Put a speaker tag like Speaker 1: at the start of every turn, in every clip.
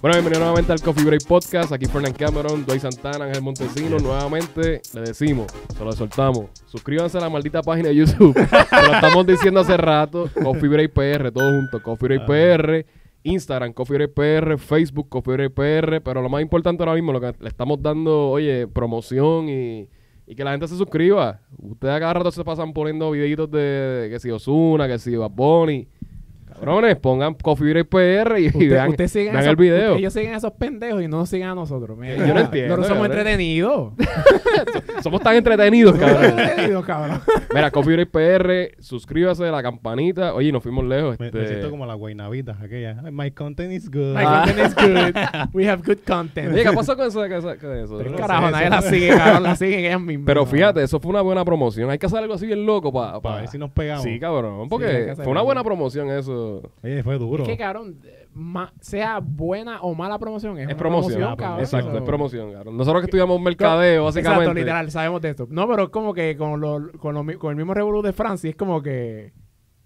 Speaker 1: Bueno, bienvenido nuevamente al Coffee Break Podcast. Aquí Fernan Cameron, Dwight Santana, Ángel Montesino. Nuevamente le decimos, se lo soltamos. Suscríbanse a la maldita página de YouTube. se lo estamos diciendo hace rato. Coffee Break PR, todo junto. Coffee Break PR, Instagram, Coffee Break PR, Facebook, Coffee Break PR. Pero lo más importante ahora mismo, lo que le estamos dando, oye, promoción y, y que la gente se suscriba. Ustedes a cada rato se pasan poniendo videitos de, de que si Osuna, que si Bad Bunny. Cabrones, pongan Coffee Break PR y, y
Speaker 2: Usted-
Speaker 1: vean,
Speaker 2: ustedes siguen a
Speaker 1: vean
Speaker 2: esos-
Speaker 1: el video.
Speaker 2: Ellos siguen a esos pendejos y no nos siguen a nosotros. Mira,
Speaker 1: Yo no entiendo,
Speaker 2: Nosotros somos
Speaker 1: cabrón.
Speaker 2: entretenidos.
Speaker 1: Somos tan entretenidos,
Speaker 2: Nosotros somos
Speaker 1: cabrón.
Speaker 2: entretenidos, cabrón.
Speaker 1: Mira, Coffee Break PR, suscríbase a la campanita. Oye, nos fuimos lejos.
Speaker 3: Me,
Speaker 1: Este,
Speaker 3: me siento como la guainavita aquella. My content is good.
Speaker 2: My
Speaker 1: Ah.
Speaker 2: content is good. We have good content.
Speaker 1: Oye, ¿qué pasó con eso? con eso- con eso?
Speaker 3: Pero
Speaker 2: Pero
Speaker 3: no
Speaker 2: carajo,
Speaker 3: sé,
Speaker 2: nadie
Speaker 3: eso-
Speaker 2: la sigue, cabrón. La siguen ellas mismas.
Speaker 1: Pero fíjate, eso fue una buena promoción. Hay que hacer algo así bien loco para...
Speaker 3: Para ver si nos pegamos.
Speaker 1: Ah, Sí, cabrón,
Speaker 2: Sí, hay que
Speaker 1: porque
Speaker 2: hacer
Speaker 1: fue una
Speaker 2: algo.
Speaker 1: buena promoción eso.
Speaker 3: Oye, fue duro.
Speaker 2: Es que, cabrón, ma- sea buena o mala promoción, es,
Speaker 1: Es,
Speaker 2: una
Speaker 1: promoción. ah, pues,
Speaker 2: promoción, cabrón.
Speaker 1: Exacto,
Speaker 2: Eso-
Speaker 1: es promoción, cabrón. Nosotros que estudiamos mercadeo, básicamente.
Speaker 2: Exacto, literal, sabemos de esto. No, pero es como que con, lo- con, lo mi- con el mismo revolú de Francis, es como que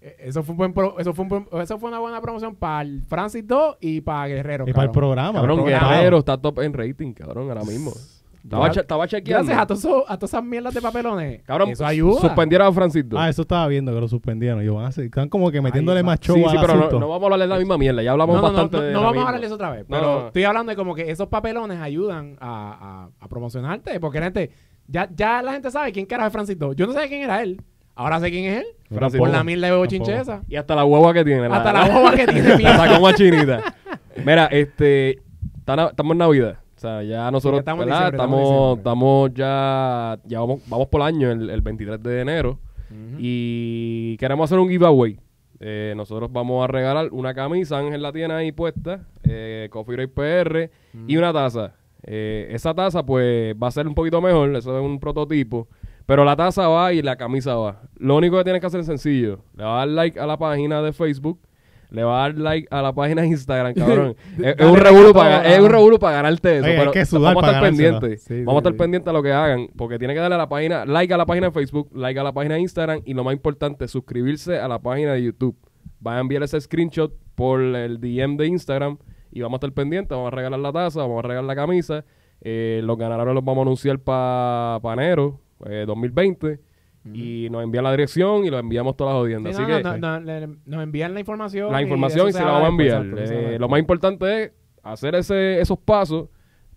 Speaker 2: eh, eso fue, un buen pro- eso, fue un buen- eso fue una buena promoción para el Francis 2 y para Guerrero.
Speaker 3: y para el
Speaker 2: cabrón.
Speaker 3: programa.
Speaker 1: Cabrón,
Speaker 3: el programa.
Speaker 1: Guerrero está top en rating, cabrón, ahora mismo. Estaba, che- estaba chequeando.
Speaker 2: Gracias a, todos esos- a todas esas mierdas de papelones.
Speaker 1: Cabrón,
Speaker 2: eso ayuda.
Speaker 1: suspendieron a Francisco.
Speaker 3: Ah, eso estaba viendo que lo suspendieron. Yo, van a hacer- están como que metiéndole
Speaker 2: Ahí va.
Speaker 3: más
Speaker 1: sí,
Speaker 3: show
Speaker 1: sí,
Speaker 3: al
Speaker 1: pero no,
Speaker 3: asunto.
Speaker 1: no vamos a hablar de la misma mierda. Ya hablamos
Speaker 2: no, no, no,
Speaker 1: bastante
Speaker 2: no,
Speaker 1: de
Speaker 2: no
Speaker 1: la
Speaker 2: vamos a
Speaker 1: misma.
Speaker 2: hablar de eso otra vez.
Speaker 1: No,
Speaker 2: Pero
Speaker 1: no, no.
Speaker 2: estoy hablando de como que esos papelones ayudan a, a- a promocionarte. Porque la gente, ya, ya la gente sabe quién carajo es Francis 2. Yo no sabía quién era él. Ahora sé quién es él.
Speaker 3: Francis
Speaker 2: por
Speaker 3: Bobo.
Speaker 2: la mierda de bochinche
Speaker 3: Tampoco.
Speaker 2: esa.
Speaker 1: Y hasta la hueva que tiene.
Speaker 2: Hasta la boba que tiene
Speaker 1: La
Speaker 2: mierda.
Speaker 1: sacó machinita. Mira, este. está na- Estamos en Navidad. O sea, ya nosotros.
Speaker 2: Sí, estamos en
Speaker 1: ¿verdad?
Speaker 2: diciembre, estamos en
Speaker 1: estamos,
Speaker 2: diciembre.
Speaker 1: estamos ya. Ya vamos, vamos por el año, el, el 23 de enero. Y queremos hacer un giveaway. Eh, nosotros vamos a regalar una camisa. Ángel la tiene ahí puesta. Eh, Coffee Break PR. Y una taza. Eh, esa taza, pues, va a ser un poquito mejor. Eso es un prototipo. Pero la taza va y la camisa va. Lo único que tienes que hacer es sencillo. Le vas a dar like a la página de Facebook. Le vas a dar like a a la página de Instagram, cabrón. es, es
Speaker 2: Dale
Speaker 1: un
Speaker 2: like a
Speaker 1: revuelo
Speaker 2: todo,
Speaker 1: para, es
Speaker 2: cabrón.
Speaker 1: un revuelo para ganarte eso.
Speaker 3: Oye, hay
Speaker 1: pero
Speaker 3: que sudar
Speaker 1: vamos a
Speaker 3: para
Speaker 1: estar
Speaker 3: ganársela.
Speaker 1: pendientes.
Speaker 2: Sí, sí,
Speaker 1: vamos a estar
Speaker 2: sí.
Speaker 1: pendientes a lo que hagan. Porque tiene que darle a la página, like a la página de Facebook, like a la página de Instagram. Y lo más importante, suscribirse a la página de YouTube. Van a enviar ese screenshot por el DM de Instagram. Y vamos a estar pendientes. Vamos a regalar la taza, vamos a regalar la camisa. Eh, los ganadores los vamos a anunciar para enero eh, 2020. Y nos envían la dirección y lo enviamos todas las
Speaker 2: Sí,
Speaker 1: audiencias.
Speaker 2: no,
Speaker 1: Así que
Speaker 2: no, no, le- le- nos envían la información.
Speaker 1: la
Speaker 2: y
Speaker 1: información
Speaker 2: de
Speaker 1: y
Speaker 2: eso
Speaker 1: se la vamos a
Speaker 2: habla
Speaker 1: enviar.
Speaker 2: después, exacto,
Speaker 1: Eh,
Speaker 2: eso se habla
Speaker 1: lo más importante es hacer ese, esos pasos.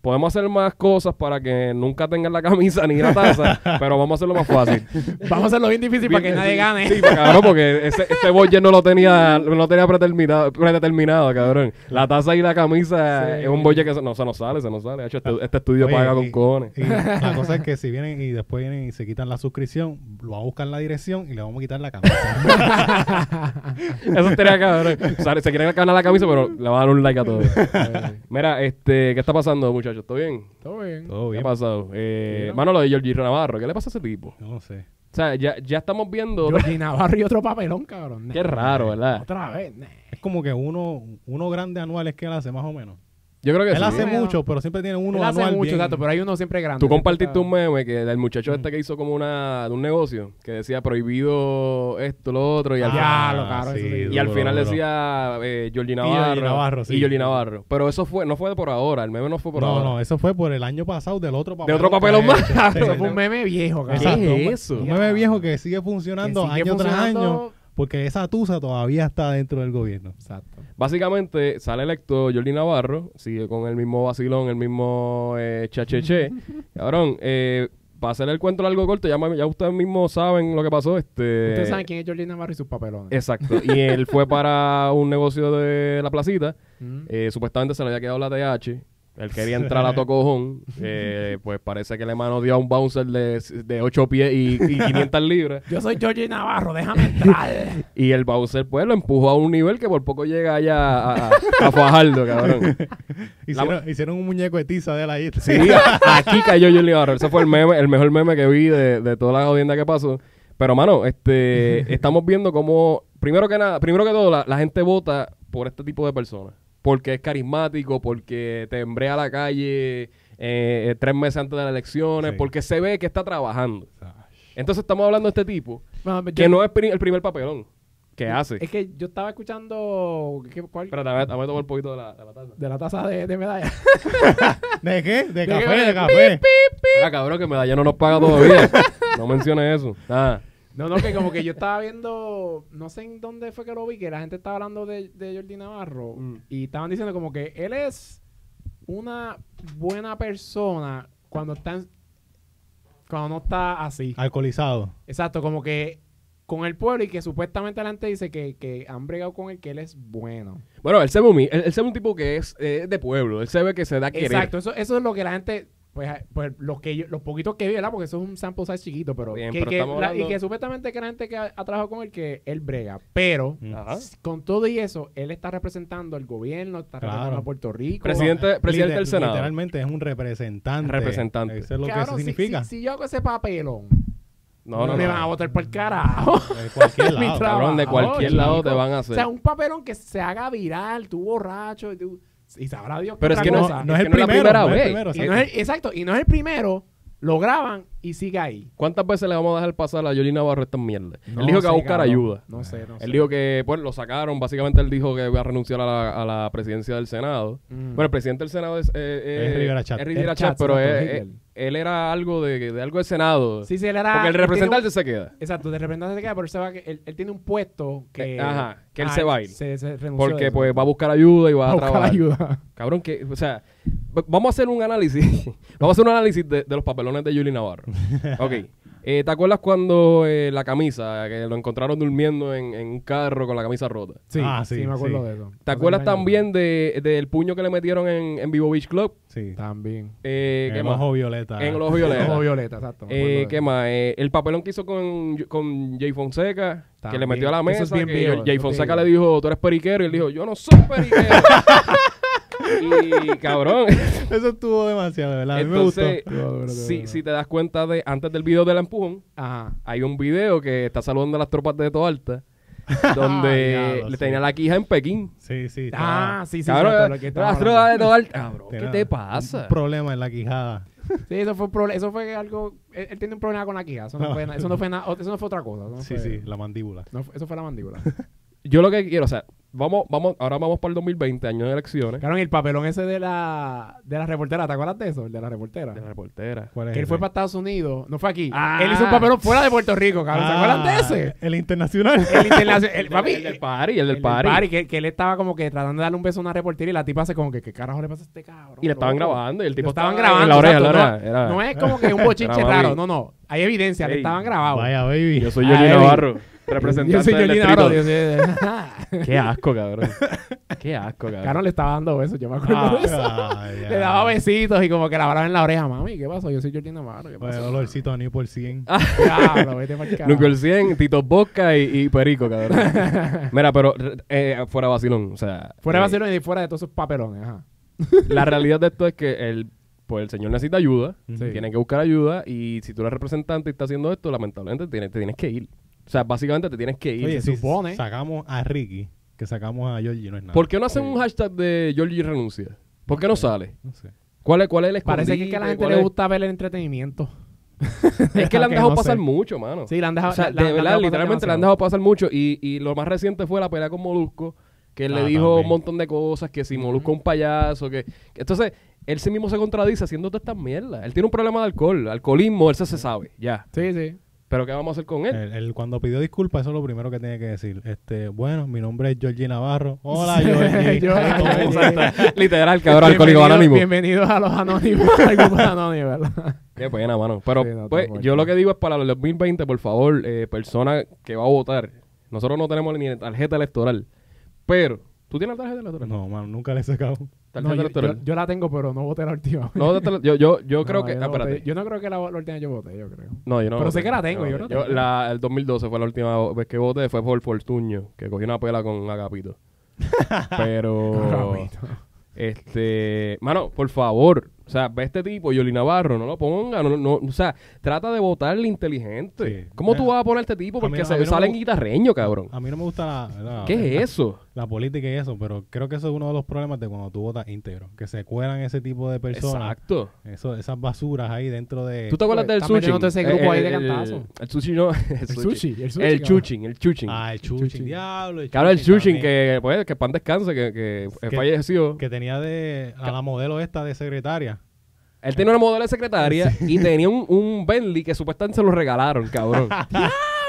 Speaker 1: Podemos hacer más cosas para que nunca tengan la camisa ni la taza, pero vamos a hacerlo más fácil.
Speaker 2: después. Vamos a hacerlo bien difícil para que
Speaker 1: Bien,
Speaker 2: nadie
Speaker 1: sí,
Speaker 2: gane.
Speaker 1: Sí, pues, cabrón, porque ese, este budget no lo tenía, no lo tenía predeterminado, predeterminado, cabrón. La taza y la camisa
Speaker 2: Sí.
Speaker 1: es un budget que se- no se nos sale, se nos sale. De hecho, este, este estudio
Speaker 3: Oye,
Speaker 1: paga
Speaker 3: y-
Speaker 1: con cojones.
Speaker 3: y la cosa es que si vienen y después vienen y se quitan la suscripción, lo vamos a buscar la dirección y le vamos a quitar la camisa.
Speaker 1: Eso estaría cabrón. O sea, se quieren ganar la camisa, pero le van a dar un like a todos. Mira, este, ¿qué está pasando, muchachos? ¿Todo bien?
Speaker 2: Todo bien.
Speaker 3: Todo
Speaker 1: ¿Qué ha
Speaker 3: bien.
Speaker 1: pasado? Eh,
Speaker 2: Mira.
Speaker 1: mano, lo de Georgie Navarro, ¿qué le pasa a ese tipo? O
Speaker 3: Yo No sé.
Speaker 1: sea, ya, ya estamos viendo.
Speaker 2: Jordi Navarro y otro papelón, cabrón.
Speaker 1: Qué raro, ¿verdad?
Speaker 2: Otra vez. nah.
Speaker 3: Es como que uno, uno grande anual es que él hace más o menos.
Speaker 1: Yo creo que
Speaker 3: Él
Speaker 1: sí.
Speaker 3: hace
Speaker 2: Bueno.
Speaker 3: mucho, pero siempre tiene uno
Speaker 2: Él hace
Speaker 3: anual
Speaker 2: mucho,
Speaker 3: bien-
Speaker 2: exacto, pero hay uno siempre grande.
Speaker 1: Tú
Speaker 2: siempre
Speaker 1: compartiste
Speaker 2: está-
Speaker 1: un meme que del muchacho este que hizo como una de un negocio que decía prohibido esto, lo otro y al,
Speaker 2: Ah, lo caro, eso sí.
Speaker 1: y al
Speaker 3: duro,
Speaker 1: final
Speaker 3: duro.
Speaker 1: decía eh, Georgie
Speaker 3: Georgie
Speaker 1: Navarro.
Speaker 3: Navarro, sí.
Speaker 1: y Georgie Navarro. Pero eso fue no fue por ahora, el meme no fue por
Speaker 3: No,
Speaker 1: ahora.
Speaker 3: no, eso fue por el año pasado del otro papel. Este,
Speaker 1: de otro papelón más.
Speaker 2: Eso fue un meme viejo,
Speaker 3: ¿Qué
Speaker 2: cabrón.
Speaker 1: ¿Qué
Speaker 3: es
Speaker 1: es eso?
Speaker 3: Un meme viejo que sigue funcionando
Speaker 2: Que sigue
Speaker 3: año tras
Speaker 2: funcionando.
Speaker 3: año porque esa tusa todavía está dentro del gobierno.
Speaker 2: Exacto.
Speaker 1: Básicamente sale electo Jordi Navarro, sigue con el mismo vacilón, el mismo eh, chacheche. Cabrón, eh, para hacer el cuento algo corto, ya, me- ya ustedes mismos saben lo que pasó. Este,
Speaker 2: Ustedes saben quién es Jordi Navarro y sus papelones.
Speaker 1: Exacto. Y él fue para un negocio de la placita.
Speaker 2: Mm.
Speaker 1: Eh, supuestamente se le había quedado la TH. Él quería entrar a tocojón. Eh, pues parece que le manoteó a un bouncer de, de 8 pies y, y 500 libras.
Speaker 2: Yo soy Jordi Navarro, déjame entrar.
Speaker 1: Y el bouncer, pues, lo empujó a un nivel que por poco llega allá a, a, a fajarlo, cabrón.
Speaker 3: Hicieron, hicieron un muñeco de tiza de la isla.
Speaker 1: Sí, aquí cayó Jordi Navarro. Ese fue el meme, el mejor meme que vi de, de toda la jodienda que pasó. Pero, mano, este, estamos viendo cómo, primero que nada, primero que todo, la, la gente vota por este tipo de personas. Porque es carismático, porque te embrea la calle eh, eh, tres meses antes de las elecciones,
Speaker 3: Sí.
Speaker 1: porque se ve que está trabajando.
Speaker 3: Ah,
Speaker 1: Entonces estamos hablando de este tipo,
Speaker 2: Bueno,
Speaker 1: que
Speaker 2: yo-
Speaker 1: no es pri- el primer papelón. ¿Qué hace?
Speaker 2: Es que yo estaba escuchando. ¿qué- cuál?
Speaker 1: Espérate, dame, dame tomar un poquito de la, de la taza.
Speaker 2: De la taza de, de medalla.
Speaker 3: ¿De qué? De café,
Speaker 2: que-
Speaker 3: de café.
Speaker 1: Mira, cabrón, que Medalla no nos paga todavía. No menciones eso. Ah,
Speaker 2: No, no, que como que yo estaba viendo, no sé en dónde fue que lo vi, que la gente estaba hablando de, de Jordi Navarro
Speaker 1: Mm.
Speaker 2: y estaban diciendo como que él es una buena persona cuando está en- cuando no está así.
Speaker 3: Alcoholizado.
Speaker 2: Exacto, como que con el pueblo y que supuestamente la gente dice que, que han bregado con él, que él es bueno.
Speaker 1: Bueno, él se ve humi- él, él se ve un tipo que es eh, de pueblo. Él se ve Ah, que se da a querer.
Speaker 2: Exacto, eso, eso es lo que la gente, pues, ah, pues, los que yo- los poquitos que vi, ¿verdad? Porque eso es un sample size chiquito, pero,
Speaker 1: Bien,
Speaker 2: que,
Speaker 1: pero
Speaker 2: que
Speaker 1: estamos
Speaker 2: la- y
Speaker 1: hablando-
Speaker 2: que supuestamente que la gente que ha, ha trabajado con él, que él brega, pero...
Speaker 1: Ajá.
Speaker 2: Con todo y eso, él está representando al gobierno, está
Speaker 3: Claro.
Speaker 2: representando a Puerto Rico.
Speaker 1: Presidente, presidente
Speaker 3: Liter-
Speaker 1: del Senado.
Speaker 3: Literalmente es un representante.
Speaker 1: Representante.
Speaker 3: Eso es lo
Speaker 2: Cabrón,
Speaker 3: que eso
Speaker 2: si-
Speaker 3: significa.
Speaker 2: Si, si yo hago ese papelón,
Speaker 1: No, no,
Speaker 2: me
Speaker 1: no.
Speaker 2: van a votar por el carajo.
Speaker 3: De cualquier
Speaker 2: Mi
Speaker 3: lado.
Speaker 2: trabajo.
Speaker 1: Cabrón, de cualquier
Speaker 2: Oye,
Speaker 1: lado
Speaker 2: chico.
Speaker 1: te van a
Speaker 2: o
Speaker 1: hacer.
Speaker 2: sea, un papelón que se haga viral, tú borracho, y, tú- y sabrá Dios qué
Speaker 1: Pero es
Speaker 2: otra
Speaker 1: que no,
Speaker 2: cosa.
Speaker 1: no es el primero.
Speaker 3: no es el
Speaker 1: primera
Speaker 3: primero,
Speaker 1: vez.
Speaker 2: Y no es el- exacto, y no es el primero, lo graban y sigue ahí.
Speaker 1: ¿Cuántas veces le vamos a dejar pasar a Yolina Navarro esta mierda?
Speaker 2: No
Speaker 1: él dijo que va a
Speaker 2: sé,
Speaker 1: buscar
Speaker 2: cabrón.
Speaker 1: ayuda.
Speaker 2: No sé, no sé.
Speaker 1: Él dijo que, pues, lo sacaron. Básicamente él dijo que iba a renunciar a la, a la presidencia del Senado.
Speaker 2: Mm.
Speaker 1: Bueno, el presidente del Senado es... eh, eh,
Speaker 3: Es Rivera Chat.
Speaker 1: es Rivera
Speaker 2: Es
Speaker 1: Chat,
Speaker 2: Chat,
Speaker 1: pero
Speaker 2: exacto,
Speaker 1: él,
Speaker 2: es
Speaker 1: él- él era algo de, de algo de Senado.
Speaker 2: Sí, sí, él era-
Speaker 1: porque el
Speaker 2: él tiene un-
Speaker 1: representante se queda.
Speaker 2: Exacto, de representante se queda, pero él, se va, que- él, él tiene un puesto que...
Speaker 1: Eh, ajá, que él se va a ir.
Speaker 2: se- se renunció de
Speaker 1: Porque,
Speaker 2: eso.
Speaker 1: pues, va a buscar ayuda y va a,
Speaker 2: a buscar
Speaker 1: trabajar.
Speaker 2: ayuda.
Speaker 1: Cabrón, que, o sea, v- vamos a hacer un análisis. vamos a hacer un análisis de, de los papelones de Yuli Navarro. ok. Eh, ¿Te acuerdas cuando eh, la camisa, que lo encontraron durmiendo en, en un carro con la camisa rota?
Speaker 2: Sí,
Speaker 3: Ah, sí,
Speaker 2: sí, me acuerdo
Speaker 3: sí.
Speaker 2: de eso.
Speaker 1: ¿Te acuerdas también de- del puño que le metieron en, en Vivo Beach Club?
Speaker 3: Sí.
Speaker 2: También.
Speaker 1: Eh,
Speaker 3: En
Speaker 1: ¿qué
Speaker 3: el
Speaker 1: más?
Speaker 3: ojo violeta.
Speaker 1: En el ojo
Speaker 2: El
Speaker 1: violeta.
Speaker 2: ojo violeta, exacto. me acuerdo
Speaker 1: Eh,
Speaker 2: de
Speaker 1: ¿Qué
Speaker 2: eso.
Speaker 1: más? Eh, el papelón que hizo con, con Jay Fonseca, que le
Speaker 2: También.
Speaker 1: metió a la
Speaker 2: Eso es
Speaker 1: mesa.
Speaker 2: bien
Speaker 1: que
Speaker 2: viejo,
Speaker 1: Jay
Speaker 2: eso es
Speaker 1: Fonseca le
Speaker 2: bien
Speaker 1: dijo, tú eres periquero. Y él dijo, yo no soy periquero. y cabrón.
Speaker 3: Eso estuvo demasiado, de ¿verdad? A mí me
Speaker 1: Entonces,
Speaker 3: gustó.
Speaker 2: Duro, duro,
Speaker 1: si,
Speaker 2: duro.
Speaker 1: si te das cuenta de antes del video del empujón,
Speaker 2: Ajá.
Speaker 1: hay un video que está saludando a las tropas de Toa Alta, donde
Speaker 3: Diablo,
Speaker 1: le
Speaker 3: sí.
Speaker 1: tenía la quija en Pekín.
Speaker 3: Sí, sí. estaba-
Speaker 2: Ah, sí, sí. exacto,
Speaker 1: Cabrón, eh,
Speaker 2: lo que
Speaker 1: las
Speaker 2: estábamos
Speaker 1: tropas
Speaker 2: hablando.
Speaker 1: de Toa Alta. Cabrón, ¿qué
Speaker 3: tenía
Speaker 1: te pasa?
Speaker 3: Un problema en la quijada.
Speaker 2: Sí, eso fue, un problema- eso fue algo... Él, él tiene un problema con la quija. Eso no
Speaker 3: No.
Speaker 2: fue, na- eso no fue, na- eso no fue otra cosa. eso no
Speaker 3: Sí,
Speaker 2: fue-
Speaker 3: sí, la mandíbula.
Speaker 2: no fue- eso fue la mandíbula.
Speaker 1: Yo lo que quiero, o sea, vamos, vamos, ahora vamos para el 2020, año de elecciones.
Speaker 2: claro, y el papelón ese de la, de la reportera. ¿Te acuerdas de eso? El de la reportera.
Speaker 1: De la reportera.
Speaker 3: ¿Cuál es
Speaker 2: Que él
Speaker 3: ese?
Speaker 2: fue para Estados Unidos. No fue aquí.
Speaker 1: Ah.
Speaker 2: Él hizo un papelón fuera de Puerto Rico, cabrón. ¿Se acuerdan de ese?
Speaker 3: Ah, El
Speaker 2: El
Speaker 3: internacional.
Speaker 2: internacional... el-
Speaker 1: El,
Speaker 2: papi,
Speaker 1: el del party, el del
Speaker 2: El del
Speaker 1: party.
Speaker 2: party, que, que él estaba como que tratando de darle un beso a una reportera y la tipa hace como que, ¿qué carajo le pasa a este cabrón?
Speaker 1: Y le estaban
Speaker 2: loco?
Speaker 1: grabando y el tipo
Speaker 2: Lo estaban
Speaker 1: estaba
Speaker 2: grabando.
Speaker 1: En la oreja, en la
Speaker 2: exacto,
Speaker 1: oreja.
Speaker 2: no-
Speaker 1: Era,
Speaker 2: No, es como que un bochinche
Speaker 1: Era
Speaker 2: raro,
Speaker 1: mami.
Speaker 2: no, no. Hay evidencia, le
Speaker 1: Ey.
Speaker 2: estaban grabados.
Speaker 3: Vaya, baby.
Speaker 1: Yo soy
Speaker 2: Ah,
Speaker 1: Johnny
Speaker 2: Eddie.
Speaker 1: Navarro,
Speaker 2: Yo
Speaker 1: representante
Speaker 2: soy
Speaker 1: del
Speaker 2: Jolina
Speaker 1: distrito.
Speaker 2: Navarro, Dios mío.
Speaker 1: Qué asco, cabrón. Qué asco, cabrón.
Speaker 2: Cabrón le estaba dando besos, yo me acuerdo
Speaker 3: Ah,
Speaker 2: de eso.
Speaker 3: ah, ya.
Speaker 2: Le daba besitos y como que la hablaba en la oreja, mami, ¿qué pasó? Yo soy Jolina Navarro, ¿qué
Speaker 3: Bueno,
Speaker 2: pasó?
Speaker 3: olorcito a por 100.
Speaker 2: Ah, Diablo, vete pa'l carajo.
Speaker 1: Núcleo 100, Tito Bosca y, y Perico, cabrón. Mira, pero eh, fuera vacilón, o sea...
Speaker 2: Fuera de
Speaker 1: eh,
Speaker 2: Barcelona y fuera de todos esos papelones, ajá.
Speaker 1: La realidad de esto es que el, pues el señor necesita ayuda,
Speaker 2: Sí.
Speaker 1: tiene que buscar ayuda y si tú eres representante y estás haciendo esto, lamentablemente tienes- te tienes que ir. O sea, básicamente te tienes que ir.
Speaker 2: Oye, se supone.
Speaker 3: Sacamos a Ricky, que sacamos a Georgie, no es nada.
Speaker 1: ¿Por qué no hacen un hashtag de Georgie renuncia? ¿Por qué no sale?
Speaker 3: No sé.
Speaker 1: ¿Cuál es, cuál es el
Speaker 2: Parece que, es
Speaker 1: escondite?
Speaker 2: que a la gente
Speaker 1: ¿Cuál
Speaker 2: le
Speaker 1: es-
Speaker 2: gusta ver el entretenimiento.
Speaker 1: Es que le han
Speaker 2: Ok,
Speaker 1: dejado
Speaker 2: no sé.
Speaker 1: pasar mucho, mano.
Speaker 2: Sí, la han dejado.
Speaker 1: o sea,
Speaker 2: la- la- la
Speaker 1: de
Speaker 2: han
Speaker 1: verdad,
Speaker 2: dejado pasar
Speaker 1: literalmente le han
Speaker 2: demasiado.
Speaker 1: dejado pasar mucho. Y, y lo más reciente fue la pelea con Molusco, que él le
Speaker 3: Ah,
Speaker 1: dijo
Speaker 3: también.
Speaker 1: un montón de cosas, que si Molusco es un payaso, que... que Entonces, él sí mismo se contradice haciendo todas estas mierdas. Él tiene un problema de alcohol, alcoholismo, él se, se sabe, ya.
Speaker 2: Sí, sí.
Speaker 1: Pero ¿qué vamos a hacer con
Speaker 2: Eh,
Speaker 1: él?
Speaker 3: Él- él cuando pidió disculpas, eso es lo primero que tenía que decir. Este, bueno, mi nombre es Georgie Navarro. Hola, Georgie.
Speaker 2: Yo-
Speaker 3: ¿Cómo
Speaker 2: Georgie.
Speaker 3: estás?
Speaker 1: Literal, cabrón, alcohólico
Speaker 2: Bienvenido-
Speaker 1: anónimo.
Speaker 2: Bienvenidos a los anónimos, al grupo de anónimos, ¿verdad?
Speaker 1: Qué pena, mano. Pero
Speaker 2: Sí, no,
Speaker 1: pues,
Speaker 2: tampoco.
Speaker 1: yo lo que digo es para el 2020, por favor, eh, persona que va a votar. Nosotros no tenemos ni tarjeta electoral. Pero, ¿tú tienes la tarjeta electoral?
Speaker 3: No, mano, nunca le he sacado.
Speaker 1: Tarjeta
Speaker 2: No, yo,
Speaker 1: electoral.
Speaker 2: yo- yo la tengo, pero no voté la última. vez.
Speaker 1: No, yo, yo, yo, yo creo
Speaker 2: No,
Speaker 1: que.
Speaker 2: Yo
Speaker 1: ah,
Speaker 2: no, voté.
Speaker 1: espérate.
Speaker 2: Yo no creo que la, la última yo voté, yo creo.
Speaker 1: No, yo no.
Speaker 2: Pero sé
Speaker 1: voté.
Speaker 2: que la tengo, yo no tengo.
Speaker 1: la- el 2012 fue la última vez que voté, fue por Fortuño, que cogió una pela con Agapito. Pero.
Speaker 2: Agapito.
Speaker 1: este. Mano, por favor. O sea, ve a este tipo, Yoli Navarro, no lo ponga. No, no, o sea, trata de votar inteligente.
Speaker 3: Sí.
Speaker 1: ¿Cómo
Speaker 3: Eh,
Speaker 1: tú vas a poner a este tipo?
Speaker 3: a mí
Speaker 1: Porque
Speaker 3: no- a
Speaker 1: se
Speaker 3: mí no
Speaker 1: salen
Speaker 3: me gu-
Speaker 2: Ah,
Speaker 1: guitarreño, cabrón.
Speaker 3: A mí no me gusta la... la-
Speaker 1: ¿Qué es eso?
Speaker 3: la política y eso, pero creo que eso es uno de los problemas de cuando tú votas íntegro, que se cuelan ese tipo de personas,
Speaker 1: Exacto.
Speaker 3: eso, esas basuras ahí dentro de...
Speaker 1: ¿Tú te acuerdas
Speaker 2: Pues,
Speaker 1: del
Speaker 2: está
Speaker 1: sushi? Eh,
Speaker 2: metiéndote ese grupo ahí de
Speaker 1: el,
Speaker 2: cantazo.
Speaker 1: el sushi no. El
Speaker 2: El
Speaker 1: sushi.
Speaker 2: sushi. El sushi.
Speaker 1: El
Speaker 2: cabrón.
Speaker 1: chuchin, el chuchin.
Speaker 3: Ah, el
Speaker 2: Chuchin.
Speaker 3: chuchin, diablo.
Speaker 1: Que ahora el chuchin,
Speaker 3: también.
Speaker 1: que pues, que pan descanse, que, que
Speaker 3: Que-
Speaker 1: falleció.
Speaker 3: Que tenía de, a la modelo esta de secretaria.
Speaker 1: Él tenía una modelo de secretaria y tenía un, un Bentley que supuestamente se lo regalaron, cabrón.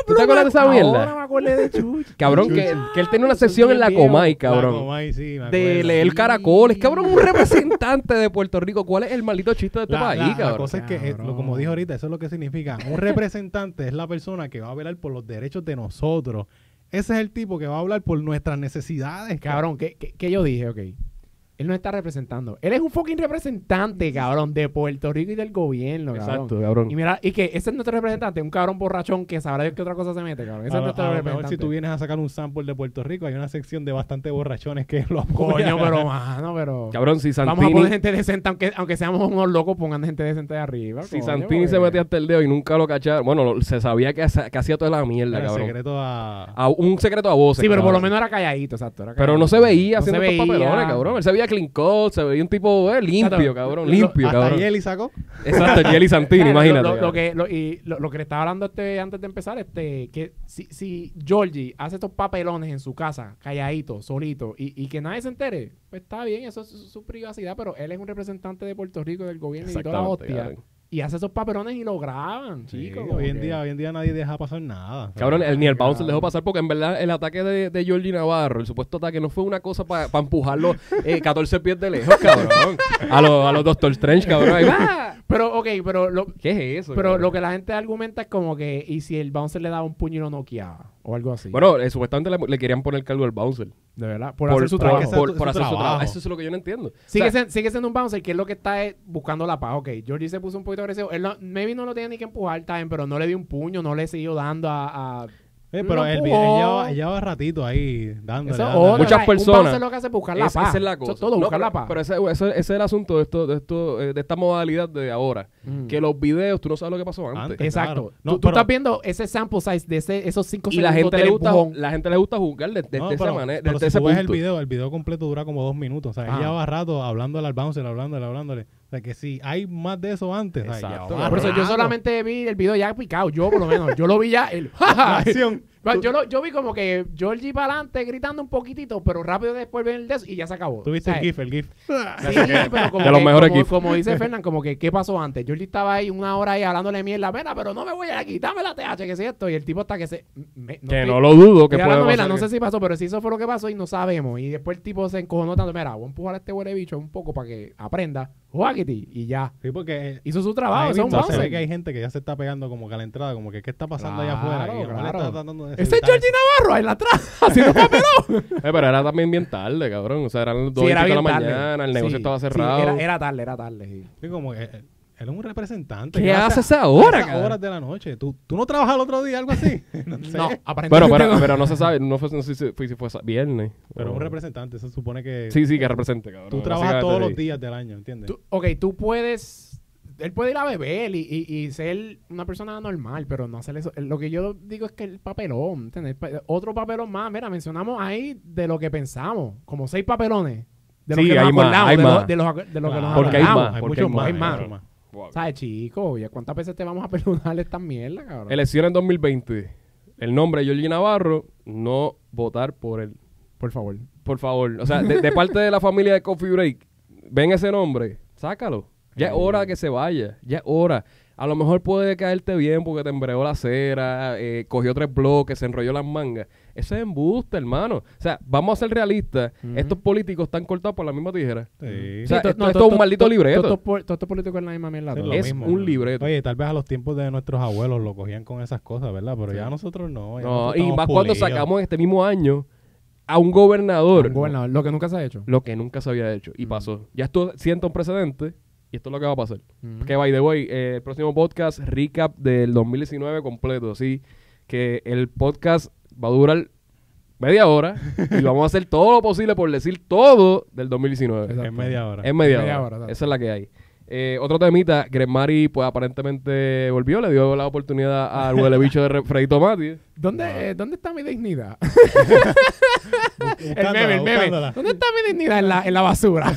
Speaker 1: ¿Tú te acuerdas de esa
Speaker 2: Ahora
Speaker 1: mierda?
Speaker 2: me acuerdo de Chuchi.
Speaker 1: Cabrón,
Speaker 2: Chuchi.
Speaker 1: que, que él tenía una sesión en la
Speaker 2: bien viejo.
Speaker 1: Comay,
Speaker 3: La
Speaker 1: Oh, cabrón.
Speaker 3: Comay, sí, me
Speaker 1: De
Speaker 3: acuerdo.
Speaker 1: leer caracoles, cabrón, un representante de Puerto Rico. ¿Cuál es el maldito chiste de este
Speaker 3: La-
Speaker 1: país,
Speaker 3: la- la
Speaker 1: cabrón?
Speaker 3: cosa es que, eh, lo- como dijo ahorita, eso es lo que significa. Un representante es la persona que va a velar por los derechos de nosotros. Ese es el tipo que va a hablar por nuestras necesidades.
Speaker 2: Cabrón, ¿qué, qué, qué yo dije? Ok. Él no está representando. Él es un fucking representante, cabrón, de Puerto Rico y del gobierno, cabrón.
Speaker 1: Exacto, cabrón.
Speaker 2: Y mira, y que ese es nuestro representante, un cabrón borrachón que sabrá Dios qué otra cosa se mete, cabrón. Ese
Speaker 3: A
Speaker 2: es
Speaker 3: lo-
Speaker 2: nuestro
Speaker 3: a lo
Speaker 2: representante.
Speaker 3: mejor si tú vienes a sacar un sample de Puerto Rico, hay una sección de bastante borrachones que lo apoyan.
Speaker 2: Coño, pero mano, pero.
Speaker 1: Cabrón, si
Speaker 2: Vamos a poner
Speaker 1: Santini,
Speaker 2: gente decente, aunque, aunque seamos unos locos, pongan gente decente de arriba.
Speaker 1: si
Speaker 2: coño, pues.
Speaker 1: Santini se
Speaker 2: porque-
Speaker 1: metía hasta el dedo y nunca lo cacharon, bueno, lo- se sabía que, hace- que hacía toda la mierda,
Speaker 3: El
Speaker 1: cabrón.
Speaker 3: secreto a...
Speaker 1: A- un secreto a voces.
Speaker 2: Sí, pero por lo
Speaker 1: cabrón.
Speaker 2: menos era calladito, exacto. era
Speaker 1: Pero no
Speaker 2: calladito.
Speaker 1: se veía
Speaker 2: No
Speaker 1: haciendo
Speaker 2: se
Speaker 1: estos
Speaker 2: veía.
Speaker 1: papelones, cabrón. Él se veía clean cut, se veía un tipo eh, limpio,
Speaker 2: Exacto.
Speaker 1: cabrón.
Speaker 2: Lo-
Speaker 1: Limpio,
Speaker 3: Hasta
Speaker 1: cabrón.
Speaker 3: Yeli sacó.
Speaker 1: Exacto, Jelly Santini,
Speaker 2: Claro,
Speaker 1: imagínate.
Speaker 2: Lo, lo- lo
Speaker 1: cabrón.
Speaker 2: que, lo- y lo, lo que le estaba hablando este antes de empezar, este, que si, si Georgie hace estos papelones en su casa, calladito, solito, y, y que nadie se entere, pues está bien, eso es su, su privacidad, pero él es un representante de Puerto Rico, del gobierno y toda la
Speaker 1: Exactamente,
Speaker 2: hostia.
Speaker 1: cabrón.
Speaker 2: Y hace esos papelones y lo graban, chicos.
Speaker 3: Sí,
Speaker 2: como
Speaker 3: hoy en
Speaker 2: que-
Speaker 3: día, hoy en día nadie deja pasar nada.
Speaker 1: Cabrón, el, ni el
Speaker 2: Cabrón.
Speaker 1: bouncer dejó pasar porque en verdad el ataque de, de Georgie Navarro, el supuesto ataque, no fue una cosa para empujarlo eh, 14 pies de lejos, cabrón. A los a los Doctor Strange, cabrón. Ahí, ¡ah!
Speaker 2: Pero, ok, pero lo,
Speaker 1: ¿Qué es eso?
Speaker 2: pero
Speaker 1: cabrón?
Speaker 2: lo que la gente argumenta es como que, y si el bouncer le daba un puño y lo noqueaba, o algo así.
Speaker 1: Bueno, eh, supuestamente le, le querían poner cargo al bouncer.
Speaker 2: de verdad, por, hacer su
Speaker 3: por-
Speaker 2: trabajo.
Speaker 3: ese-
Speaker 1: Por,
Speaker 3: su-
Speaker 1: por
Speaker 3: su
Speaker 1: hacer su trabajo.
Speaker 3: trabajo.
Speaker 1: Eso es lo que yo no entiendo. O
Speaker 2: Sigue,
Speaker 1: sea,
Speaker 2: sen- sigue siendo un bouncer que es lo que está eh, buscando la paz. Ok, Georgie se puso un poquito agresivo. Él no, maybe no lo tenía ni que empujar, está bien, pero no le dio un puño, no le siguió dando a. a-
Speaker 3: Eh, pero
Speaker 2: Lo
Speaker 3: el
Speaker 2: empujó.
Speaker 3: video lleva, lleva ratito ahí
Speaker 2: Eso
Speaker 3: dándole.
Speaker 2: es
Speaker 3: dándole.
Speaker 2: otra.
Speaker 1: Muchas
Speaker 2: Un
Speaker 1: personas.
Speaker 2: bouncer lo que hace es buscar la
Speaker 1: Es-
Speaker 2: paz.
Speaker 1: Esa es la
Speaker 2: Eso
Speaker 1: cosa.
Speaker 2: es todo,
Speaker 1: No,
Speaker 2: buscar
Speaker 1: pero-
Speaker 2: la paz.
Speaker 1: Pero ese, ese- ese es el asunto de, esto, de, esto, eh, de esta modalidad de ahora.
Speaker 2: Mm.
Speaker 1: Que los videos, tú no sabes lo que pasó antes.
Speaker 3: Antes.
Speaker 2: Exacto.
Speaker 3: Claro. No,
Speaker 2: tú, tú
Speaker 3: pero-
Speaker 2: estás viendo ese sample size de ese, esos cinco
Speaker 1: Y la
Speaker 2: segundos
Speaker 1: gente, le
Speaker 2: del
Speaker 1: gusta,
Speaker 2: empujón.
Speaker 1: la gente le gusta juzgar de- de- de
Speaker 3: No,
Speaker 1: esa
Speaker 3: pero-
Speaker 1: manera,
Speaker 3: pero
Speaker 1: desde
Speaker 3: si
Speaker 1: ese
Speaker 3: tú ves
Speaker 1: punto.
Speaker 3: el video, el video completo dura como dos minutos. O sea,
Speaker 2: Ajá.
Speaker 3: ella va rato hablándole al bouncer, hablándole, hablándole. O sea, que si hay más de eso antes, o sea, ya
Speaker 1: Exacto.
Speaker 3: va
Speaker 2: Por eso yo
Speaker 3: rato.
Speaker 2: solamente vi el video ya picado, yo por lo menos. Yo lo vi ya. El, ¡Ja, ja!
Speaker 3: La acción.
Speaker 2: Bueno, yo, lo- yo vi como que Georgie para adelante gritando un poquitito, pero rápido después ven el de eso y ya se acabó.
Speaker 3: Tuviste
Speaker 2: O sea,
Speaker 3: el GIF, el GIF.
Speaker 2: Sí, pero como,
Speaker 1: De los
Speaker 2: que-
Speaker 1: mejores
Speaker 2: como,
Speaker 1: GIFs.
Speaker 2: como dice Fernán, como que ¿qué pasó antes? Jordi estaba ahí una hora ahí hablándole mierda, pena, pero no me voy a quitarme la TH, que si esto. Y el tipo hasta que se. me-
Speaker 1: que
Speaker 2: estoy-
Speaker 1: no lo dudo que
Speaker 2: estoy
Speaker 1: pueda
Speaker 2: hablando mierda,
Speaker 1: pasar
Speaker 2: no
Speaker 1: que-
Speaker 2: sé si pasó, pero si eso fue lo que pasó y no sabemos. Y después el tipo se encojonó tanto. Mira, voy a empujar a este huele bicho un poco para que aprenda. Joaquiti. Y ya.
Speaker 3: Sí, porque eh,
Speaker 2: Hizo su trabajo.
Speaker 3: ahí
Speaker 2: Eso es un
Speaker 3: mismo se ve
Speaker 2: bouncer.
Speaker 3: que hay gente que ya se está pegando como que a la entrada, como que qué está pasando allá
Speaker 2: Claro,
Speaker 3: afuera. Y el mal
Speaker 2: claro.
Speaker 3: está tratando de
Speaker 2: Ese es
Speaker 3: evitar
Speaker 2: Jordi
Speaker 3: eso.
Speaker 2: Navarro, ahí la atrás, haciendo papelón.
Speaker 1: Eh, pero era también bien tarde, cabrón. O sea, eran las 2
Speaker 2: Sí, era
Speaker 1: de la
Speaker 2: bien tarde.
Speaker 1: mañana, el negocio
Speaker 2: Sí,
Speaker 1: estaba
Speaker 2: sí,
Speaker 1: cerrado.
Speaker 2: era, era tarde, era tarde. sí.
Speaker 3: Sí, como que, eh, él es un representante.
Speaker 1: ¿Qué
Speaker 3: que hace
Speaker 1: haces ahora,
Speaker 3: a esas
Speaker 1: cabrón?
Speaker 3: horas de la noche. ¿Tú, tú no trabajas el otro día, algo así? no sé.
Speaker 2: No,
Speaker 1: Bueno,
Speaker 2: aparentemente
Speaker 1: pero,
Speaker 2: no.
Speaker 1: pero no se sabe, no, fue, no sé si fue, si fue sa- viernes.
Speaker 3: Pero
Speaker 1: o-
Speaker 3: un representante, se supone que
Speaker 1: Sí, sí, que represente, cabrón.
Speaker 3: tú trabajas
Speaker 1: Básicamente, sí.
Speaker 3: todos los días del año, ¿entiendes?
Speaker 2: Tú- ok, tú puedes. Él puede ir a beber y, y- y ser una persona normal, pero no hacer eso. Eh, Lo que yo digo es que el papelón, ¿entendés? Pa- Otro papelón más. Mira, mencionamos ahí de lo que pensamos, como seis papelones. De lo
Speaker 1: Sí,
Speaker 2: que nos
Speaker 1: hay más,
Speaker 2: acordamos,
Speaker 1: hay
Speaker 2: de lo-
Speaker 1: más.
Speaker 2: de los ac- de lo que nos
Speaker 1: Porque hay
Speaker 2: acordamos.
Speaker 1: más,
Speaker 3: hay
Speaker 1: porque
Speaker 3: muchos
Speaker 1: hay
Speaker 3: más,
Speaker 2: más,
Speaker 3: hay
Speaker 2: hay
Speaker 3: muchos
Speaker 1: más.
Speaker 3: más.
Speaker 1: Wow.
Speaker 2: ¿Sabes, chico? ¿Y a cuántas veces te vamos a perdonar esta mierda, cabrón?
Speaker 1: Elecciones 2020. El nombre de Georgie Navarro, no votar por él.
Speaker 2: Por favor.
Speaker 1: Por favor. O sea, de, de parte de la familia de Coffee Break, ven ese nombre, sácalo. Ya es hora que se vaya, ya es hora. A lo mejor puede caerte bien porque te embreó la cera, eh, cogió tres bloques, se enrolló las mangas. Eso es embuste, hermano. O sea, vamos a ser realistas.
Speaker 2: Ujú.
Speaker 1: Estos políticos están cortados por la misma tijera.
Speaker 3: Sí.
Speaker 1: O sea,
Speaker 2: to-
Speaker 1: esto-
Speaker 2: no,
Speaker 1: esto
Speaker 2: to-
Speaker 1: es un
Speaker 2: to-
Speaker 1: maldito
Speaker 2: to-
Speaker 1: libreto.
Speaker 2: to- to- Estos políticos en la misma mierda.
Speaker 3: Es
Speaker 2: todo.
Speaker 3: lo
Speaker 1: Es
Speaker 3: mismo,
Speaker 1: un
Speaker 3: ¿no?
Speaker 1: libreto.
Speaker 3: Oye, tal vez a los tiempos de nuestros abuelos lo cogían con esas cosas, ¿verdad? Pero ya nosotros no. ya
Speaker 1: No,
Speaker 3: nosotros
Speaker 1: y
Speaker 3: estamos
Speaker 1: más cuando
Speaker 3: pulidos.
Speaker 1: sacamos este mismo año a un gobernador,
Speaker 2: Un gobernador, lo que nunca se ha hecho.
Speaker 1: lo que nunca se había hecho. Y pasó. Ya esto sienta un precedente y esto es lo que va a pasar.
Speaker 2: Ujú.
Speaker 1: Que by the way, eh, el próximo podcast, recap del 2019 completo, así que el podcast va a durar media hora y vamos a hacer todo lo posible por decir todo del 2019.
Speaker 2: Exacto.
Speaker 3: En media hora.
Speaker 1: Es media,
Speaker 2: Media
Speaker 1: hora.
Speaker 2: hora, exacto.
Speaker 1: Esa es la que hay. Eh, otro temita, Mari pues aparentemente volvió, le dio la oportunidad al huele bicho de Re- Freddy Tomati.
Speaker 2: ¿Dónde, eh, ¿Dónde está mi dignidad? el
Speaker 3: Buscándola,
Speaker 2: meme, el meme.
Speaker 3: buscándola.
Speaker 2: ¿Dónde está mi dignidad? En la, en la basura.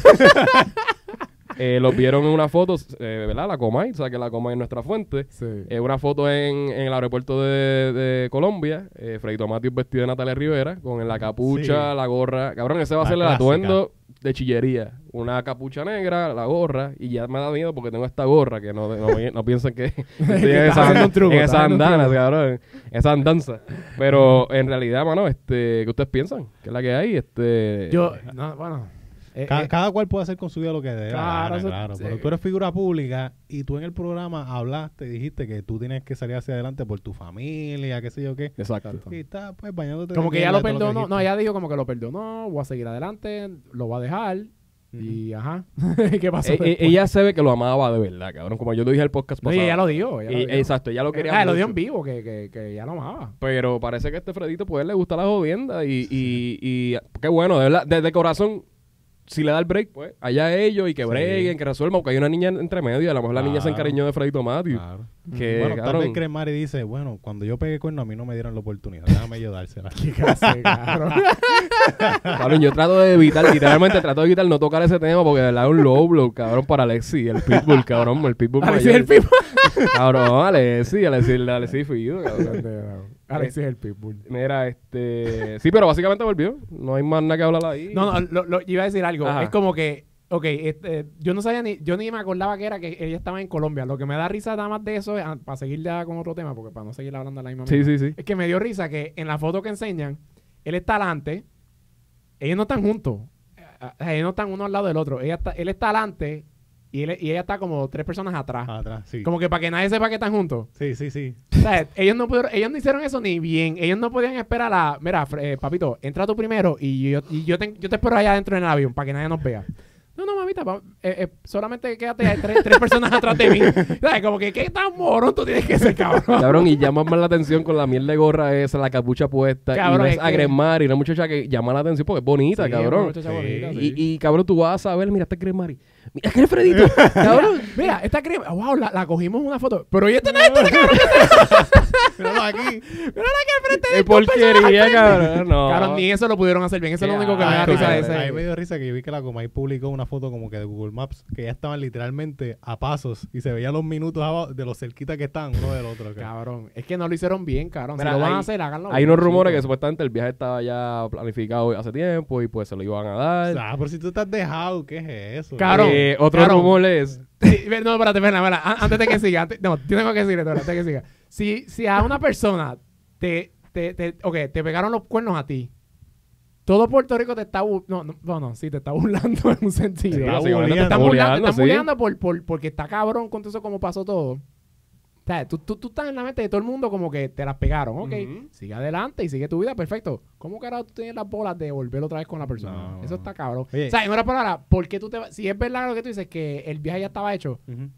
Speaker 1: Eh, los vieron en una foto, eh, ¿verdad? La Comay, o sea que la Comay es nuestra fuente.
Speaker 2: sí.
Speaker 1: Eh, una foto en, en el aeropuerto de, de Colombia, eh, Freddy Tomati vestido de Natalia Rivera, con la capucha,
Speaker 3: Sí.
Speaker 1: la gorra. Cabrón, ese va a
Speaker 3: La
Speaker 1: ser el
Speaker 3: clásica.
Speaker 1: atuendo de chillería. Una capucha negra, la gorra, y ya me da miedo porque tengo esta gorra, que no, no, no piensen que estoy en
Speaker 2: estás haciendo
Speaker 1: esa,
Speaker 2: un truco,
Speaker 1: en
Speaker 2: estás
Speaker 1: esas
Speaker 2: haciendo un
Speaker 1: andanas,
Speaker 2: truco.
Speaker 1: cabrón, en esa andanza. Pero en realidad, mano, este, ¿qué ustedes piensan? ¿Qué es la que hay? Este,
Speaker 2: Yo, no, bueno. eh,
Speaker 3: Ca-
Speaker 2: eh,
Speaker 3: cada cual puede hacer con su vida lo que debe.
Speaker 2: Claro,
Speaker 3: Claro,
Speaker 2: eso-
Speaker 3: claro.
Speaker 2: sí.
Speaker 3: Pero tú eres figura pública y tú en el programa hablaste, dijiste que tú tienes que salir hacia adelante por tu familia, qué sé yo qué.
Speaker 1: Exacto. Eh,
Speaker 3: Y está pues bañándote.
Speaker 2: como
Speaker 3: en
Speaker 2: que ella
Speaker 3: mierda
Speaker 2: lo
Speaker 3: de todo
Speaker 2: perdonó.
Speaker 3: que
Speaker 2: no,
Speaker 3: dijiste.
Speaker 2: ella dijo como que lo perdonó, voy a seguir adelante, lo va a dejar. Y ajá. ¿Qué pasó?
Speaker 1: Eh, eh,
Speaker 2: después?
Speaker 1: ella se ve que lo amaba de verdad, cabrón, como yo lo dije en el podcast
Speaker 2: No,
Speaker 1: pasado.
Speaker 2: y ella lo dijo. ella lo
Speaker 1: Y-
Speaker 2: dijo.
Speaker 1: Eh, exacto, ella lo quería
Speaker 2: Ah, lo dio
Speaker 1: mucho.
Speaker 2: en vivo, que, que, que ya lo amaba.
Speaker 1: Pero parece que a este Fredito pues le gusta la jodienda y, y, y qué bueno, de verdad, desde corazón, si le da el break, pues allá ellos y que breguen, que resuelvan, porque hay una niña entre medio, a lo mejor la niña se
Speaker 3: Claro.
Speaker 1: encariñó de Fredito Matthew.
Speaker 3: Claro.
Speaker 1: Que,
Speaker 3: bueno,
Speaker 1: cabrón,
Speaker 3: tal vez Cremar y dice, bueno, cuando yo pegué cuerno a mí no me dieron la oportunidad, déjame yo dársela.
Speaker 2: Qué clase, cabrón.
Speaker 1: cabrón, yo trato de evitar, literalmente trato de evitar no tocar ese tema porque de verdad es un low blow, cabrón, para Alexi, el pitbull, cabrón, el pitbull
Speaker 2: Alexis
Speaker 1: mayor.
Speaker 2: el pitbull.
Speaker 1: Cabrón, Alexi, Alexi, Alexi Fido, cabrón.
Speaker 2: Alexis el pitbull.
Speaker 1: Mira, este... Sí, pero básicamente volvió. No hay más nada que hablar ahí.
Speaker 2: No, no, lo, lo- yo iba a decir algo.
Speaker 1: Ajá.
Speaker 2: Es como que, ok, este, yo no sabía ni, yo ni me acordaba que era que ella estaba en Colombia. Lo que me da risa nada más de eso, es, ah, para seguir ya con otro tema, porque para no seguir hablando de la misma
Speaker 1: Sí,
Speaker 2: mierda,
Speaker 1: sí, sí.
Speaker 2: es que me dio risa que en la foto que enseñan, él está adelante, ellos no están juntos. Ah, ah, Ellos no están uno al lado del otro. Ella está, él está adelante y, él- y ella está como tres personas atrás.
Speaker 1: Ah,
Speaker 3: Atrás, sí.
Speaker 2: Como que para que nadie sepa que están juntos.
Speaker 3: Sí, sí, sí.
Speaker 2: O sea, ellos no pudieron- ellos no hicieron eso ni bien. Ellos no podían esperar a. Mira, Fre- eh, papito, entra tú primero y yo, y yo, te, yo te espero allá adentro en el avión para que nadie nos vea. No, no, mamita, va- eh, eh, solamente quédate ahí, tres, tres personas atrás de mí. ¿Sabes? Como que qué tan morón tú tienes que ser, cabrón.
Speaker 1: Cabrón, y llama más la atención con la miel de gorra esa, la capucha puesta.
Speaker 2: Cabrón,
Speaker 1: y
Speaker 2: es
Speaker 1: ves a
Speaker 2: que-
Speaker 1: Gremari, una muchacha que llama la atención porque es bonita,
Speaker 2: Sí,
Speaker 1: cabrón.
Speaker 2: muchacha bonita,
Speaker 1: Y,
Speaker 2: sí.
Speaker 1: y, cabrón, tú vas a saber, mira, este Gremari. Mira, que es Fredito. cabrón.
Speaker 2: Mira, esta crema, wow, la, la cogimos una foto. Pero ella está en esto,
Speaker 3: Míralo aquí.
Speaker 1: Es porquería, cabrón. No.
Speaker 2: Cabrón, ni eso lo pudieron hacer bien. Eso es lo
Speaker 1: Qué
Speaker 2: único que me da
Speaker 1: asco,
Speaker 2: risa de
Speaker 1: cabrón.
Speaker 2: ese.
Speaker 3: Ahí me dio risa que yo vi que la Comay publicó una foto como que de Google Maps que ya estaban literalmente a pasos y se veían los minutos abajo de lo cerquita que estaban uno del otro. acá.
Speaker 2: Cabrón, es que no lo hicieron bien, cabrón.
Speaker 1: Mira,
Speaker 2: si lo van
Speaker 1: hay-
Speaker 2: a hacer, háganlo.
Speaker 1: Hay
Speaker 2: bien,
Speaker 1: unos rumores que
Speaker 2: chico.
Speaker 1: supuestamente el viaje estaba ya planificado hace tiempo y pues se lo iban a
Speaker 3: O
Speaker 1: dar.
Speaker 3: sea, Ah, pero si tú estás dejado, ¿qué es eso?
Speaker 2: Cabrón.
Speaker 1: Eh, otro
Speaker 2: cabrón.
Speaker 1: rumor es.
Speaker 2: Sí, ve- no, espérate, espérate, espérate. An- Antes de que siga, antes- no, yo tengo que decir esto, antes de que siga. Si, si a una persona te, te, te, ok, te pegaron los cuernos a ti, todo Puerto Rico te está bu- no, no, no, no, sí, te está burlando en un sentido.
Speaker 3: Está
Speaker 1: básicamente
Speaker 3: bulleando.
Speaker 1: te
Speaker 2: Te
Speaker 1: están
Speaker 2: están burlando, te
Speaker 1: bulleando,
Speaker 2: están
Speaker 1: sí.
Speaker 2: burlando por, por, porque está cabrón con todo eso como pasó todo. O sea, tú, tú, tú estás en la mente de todo el mundo como que te las pegaron, ok.
Speaker 1: Ujú.
Speaker 2: Sigue adelante y sigue tu vida, perfecto. ¿Cómo carajo tú tienes las bolas de volver otra vez con la persona?
Speaker 3: No.
Speaker 2: Eso está cabrón.
Speaker 3: Oye.
Speaker 2: O sea, en otras palabras, ¿por qué tú te vas? Si es verdad lo que tú dices, que el viaje ya estaba hecho,
Speaker 3: Ujú.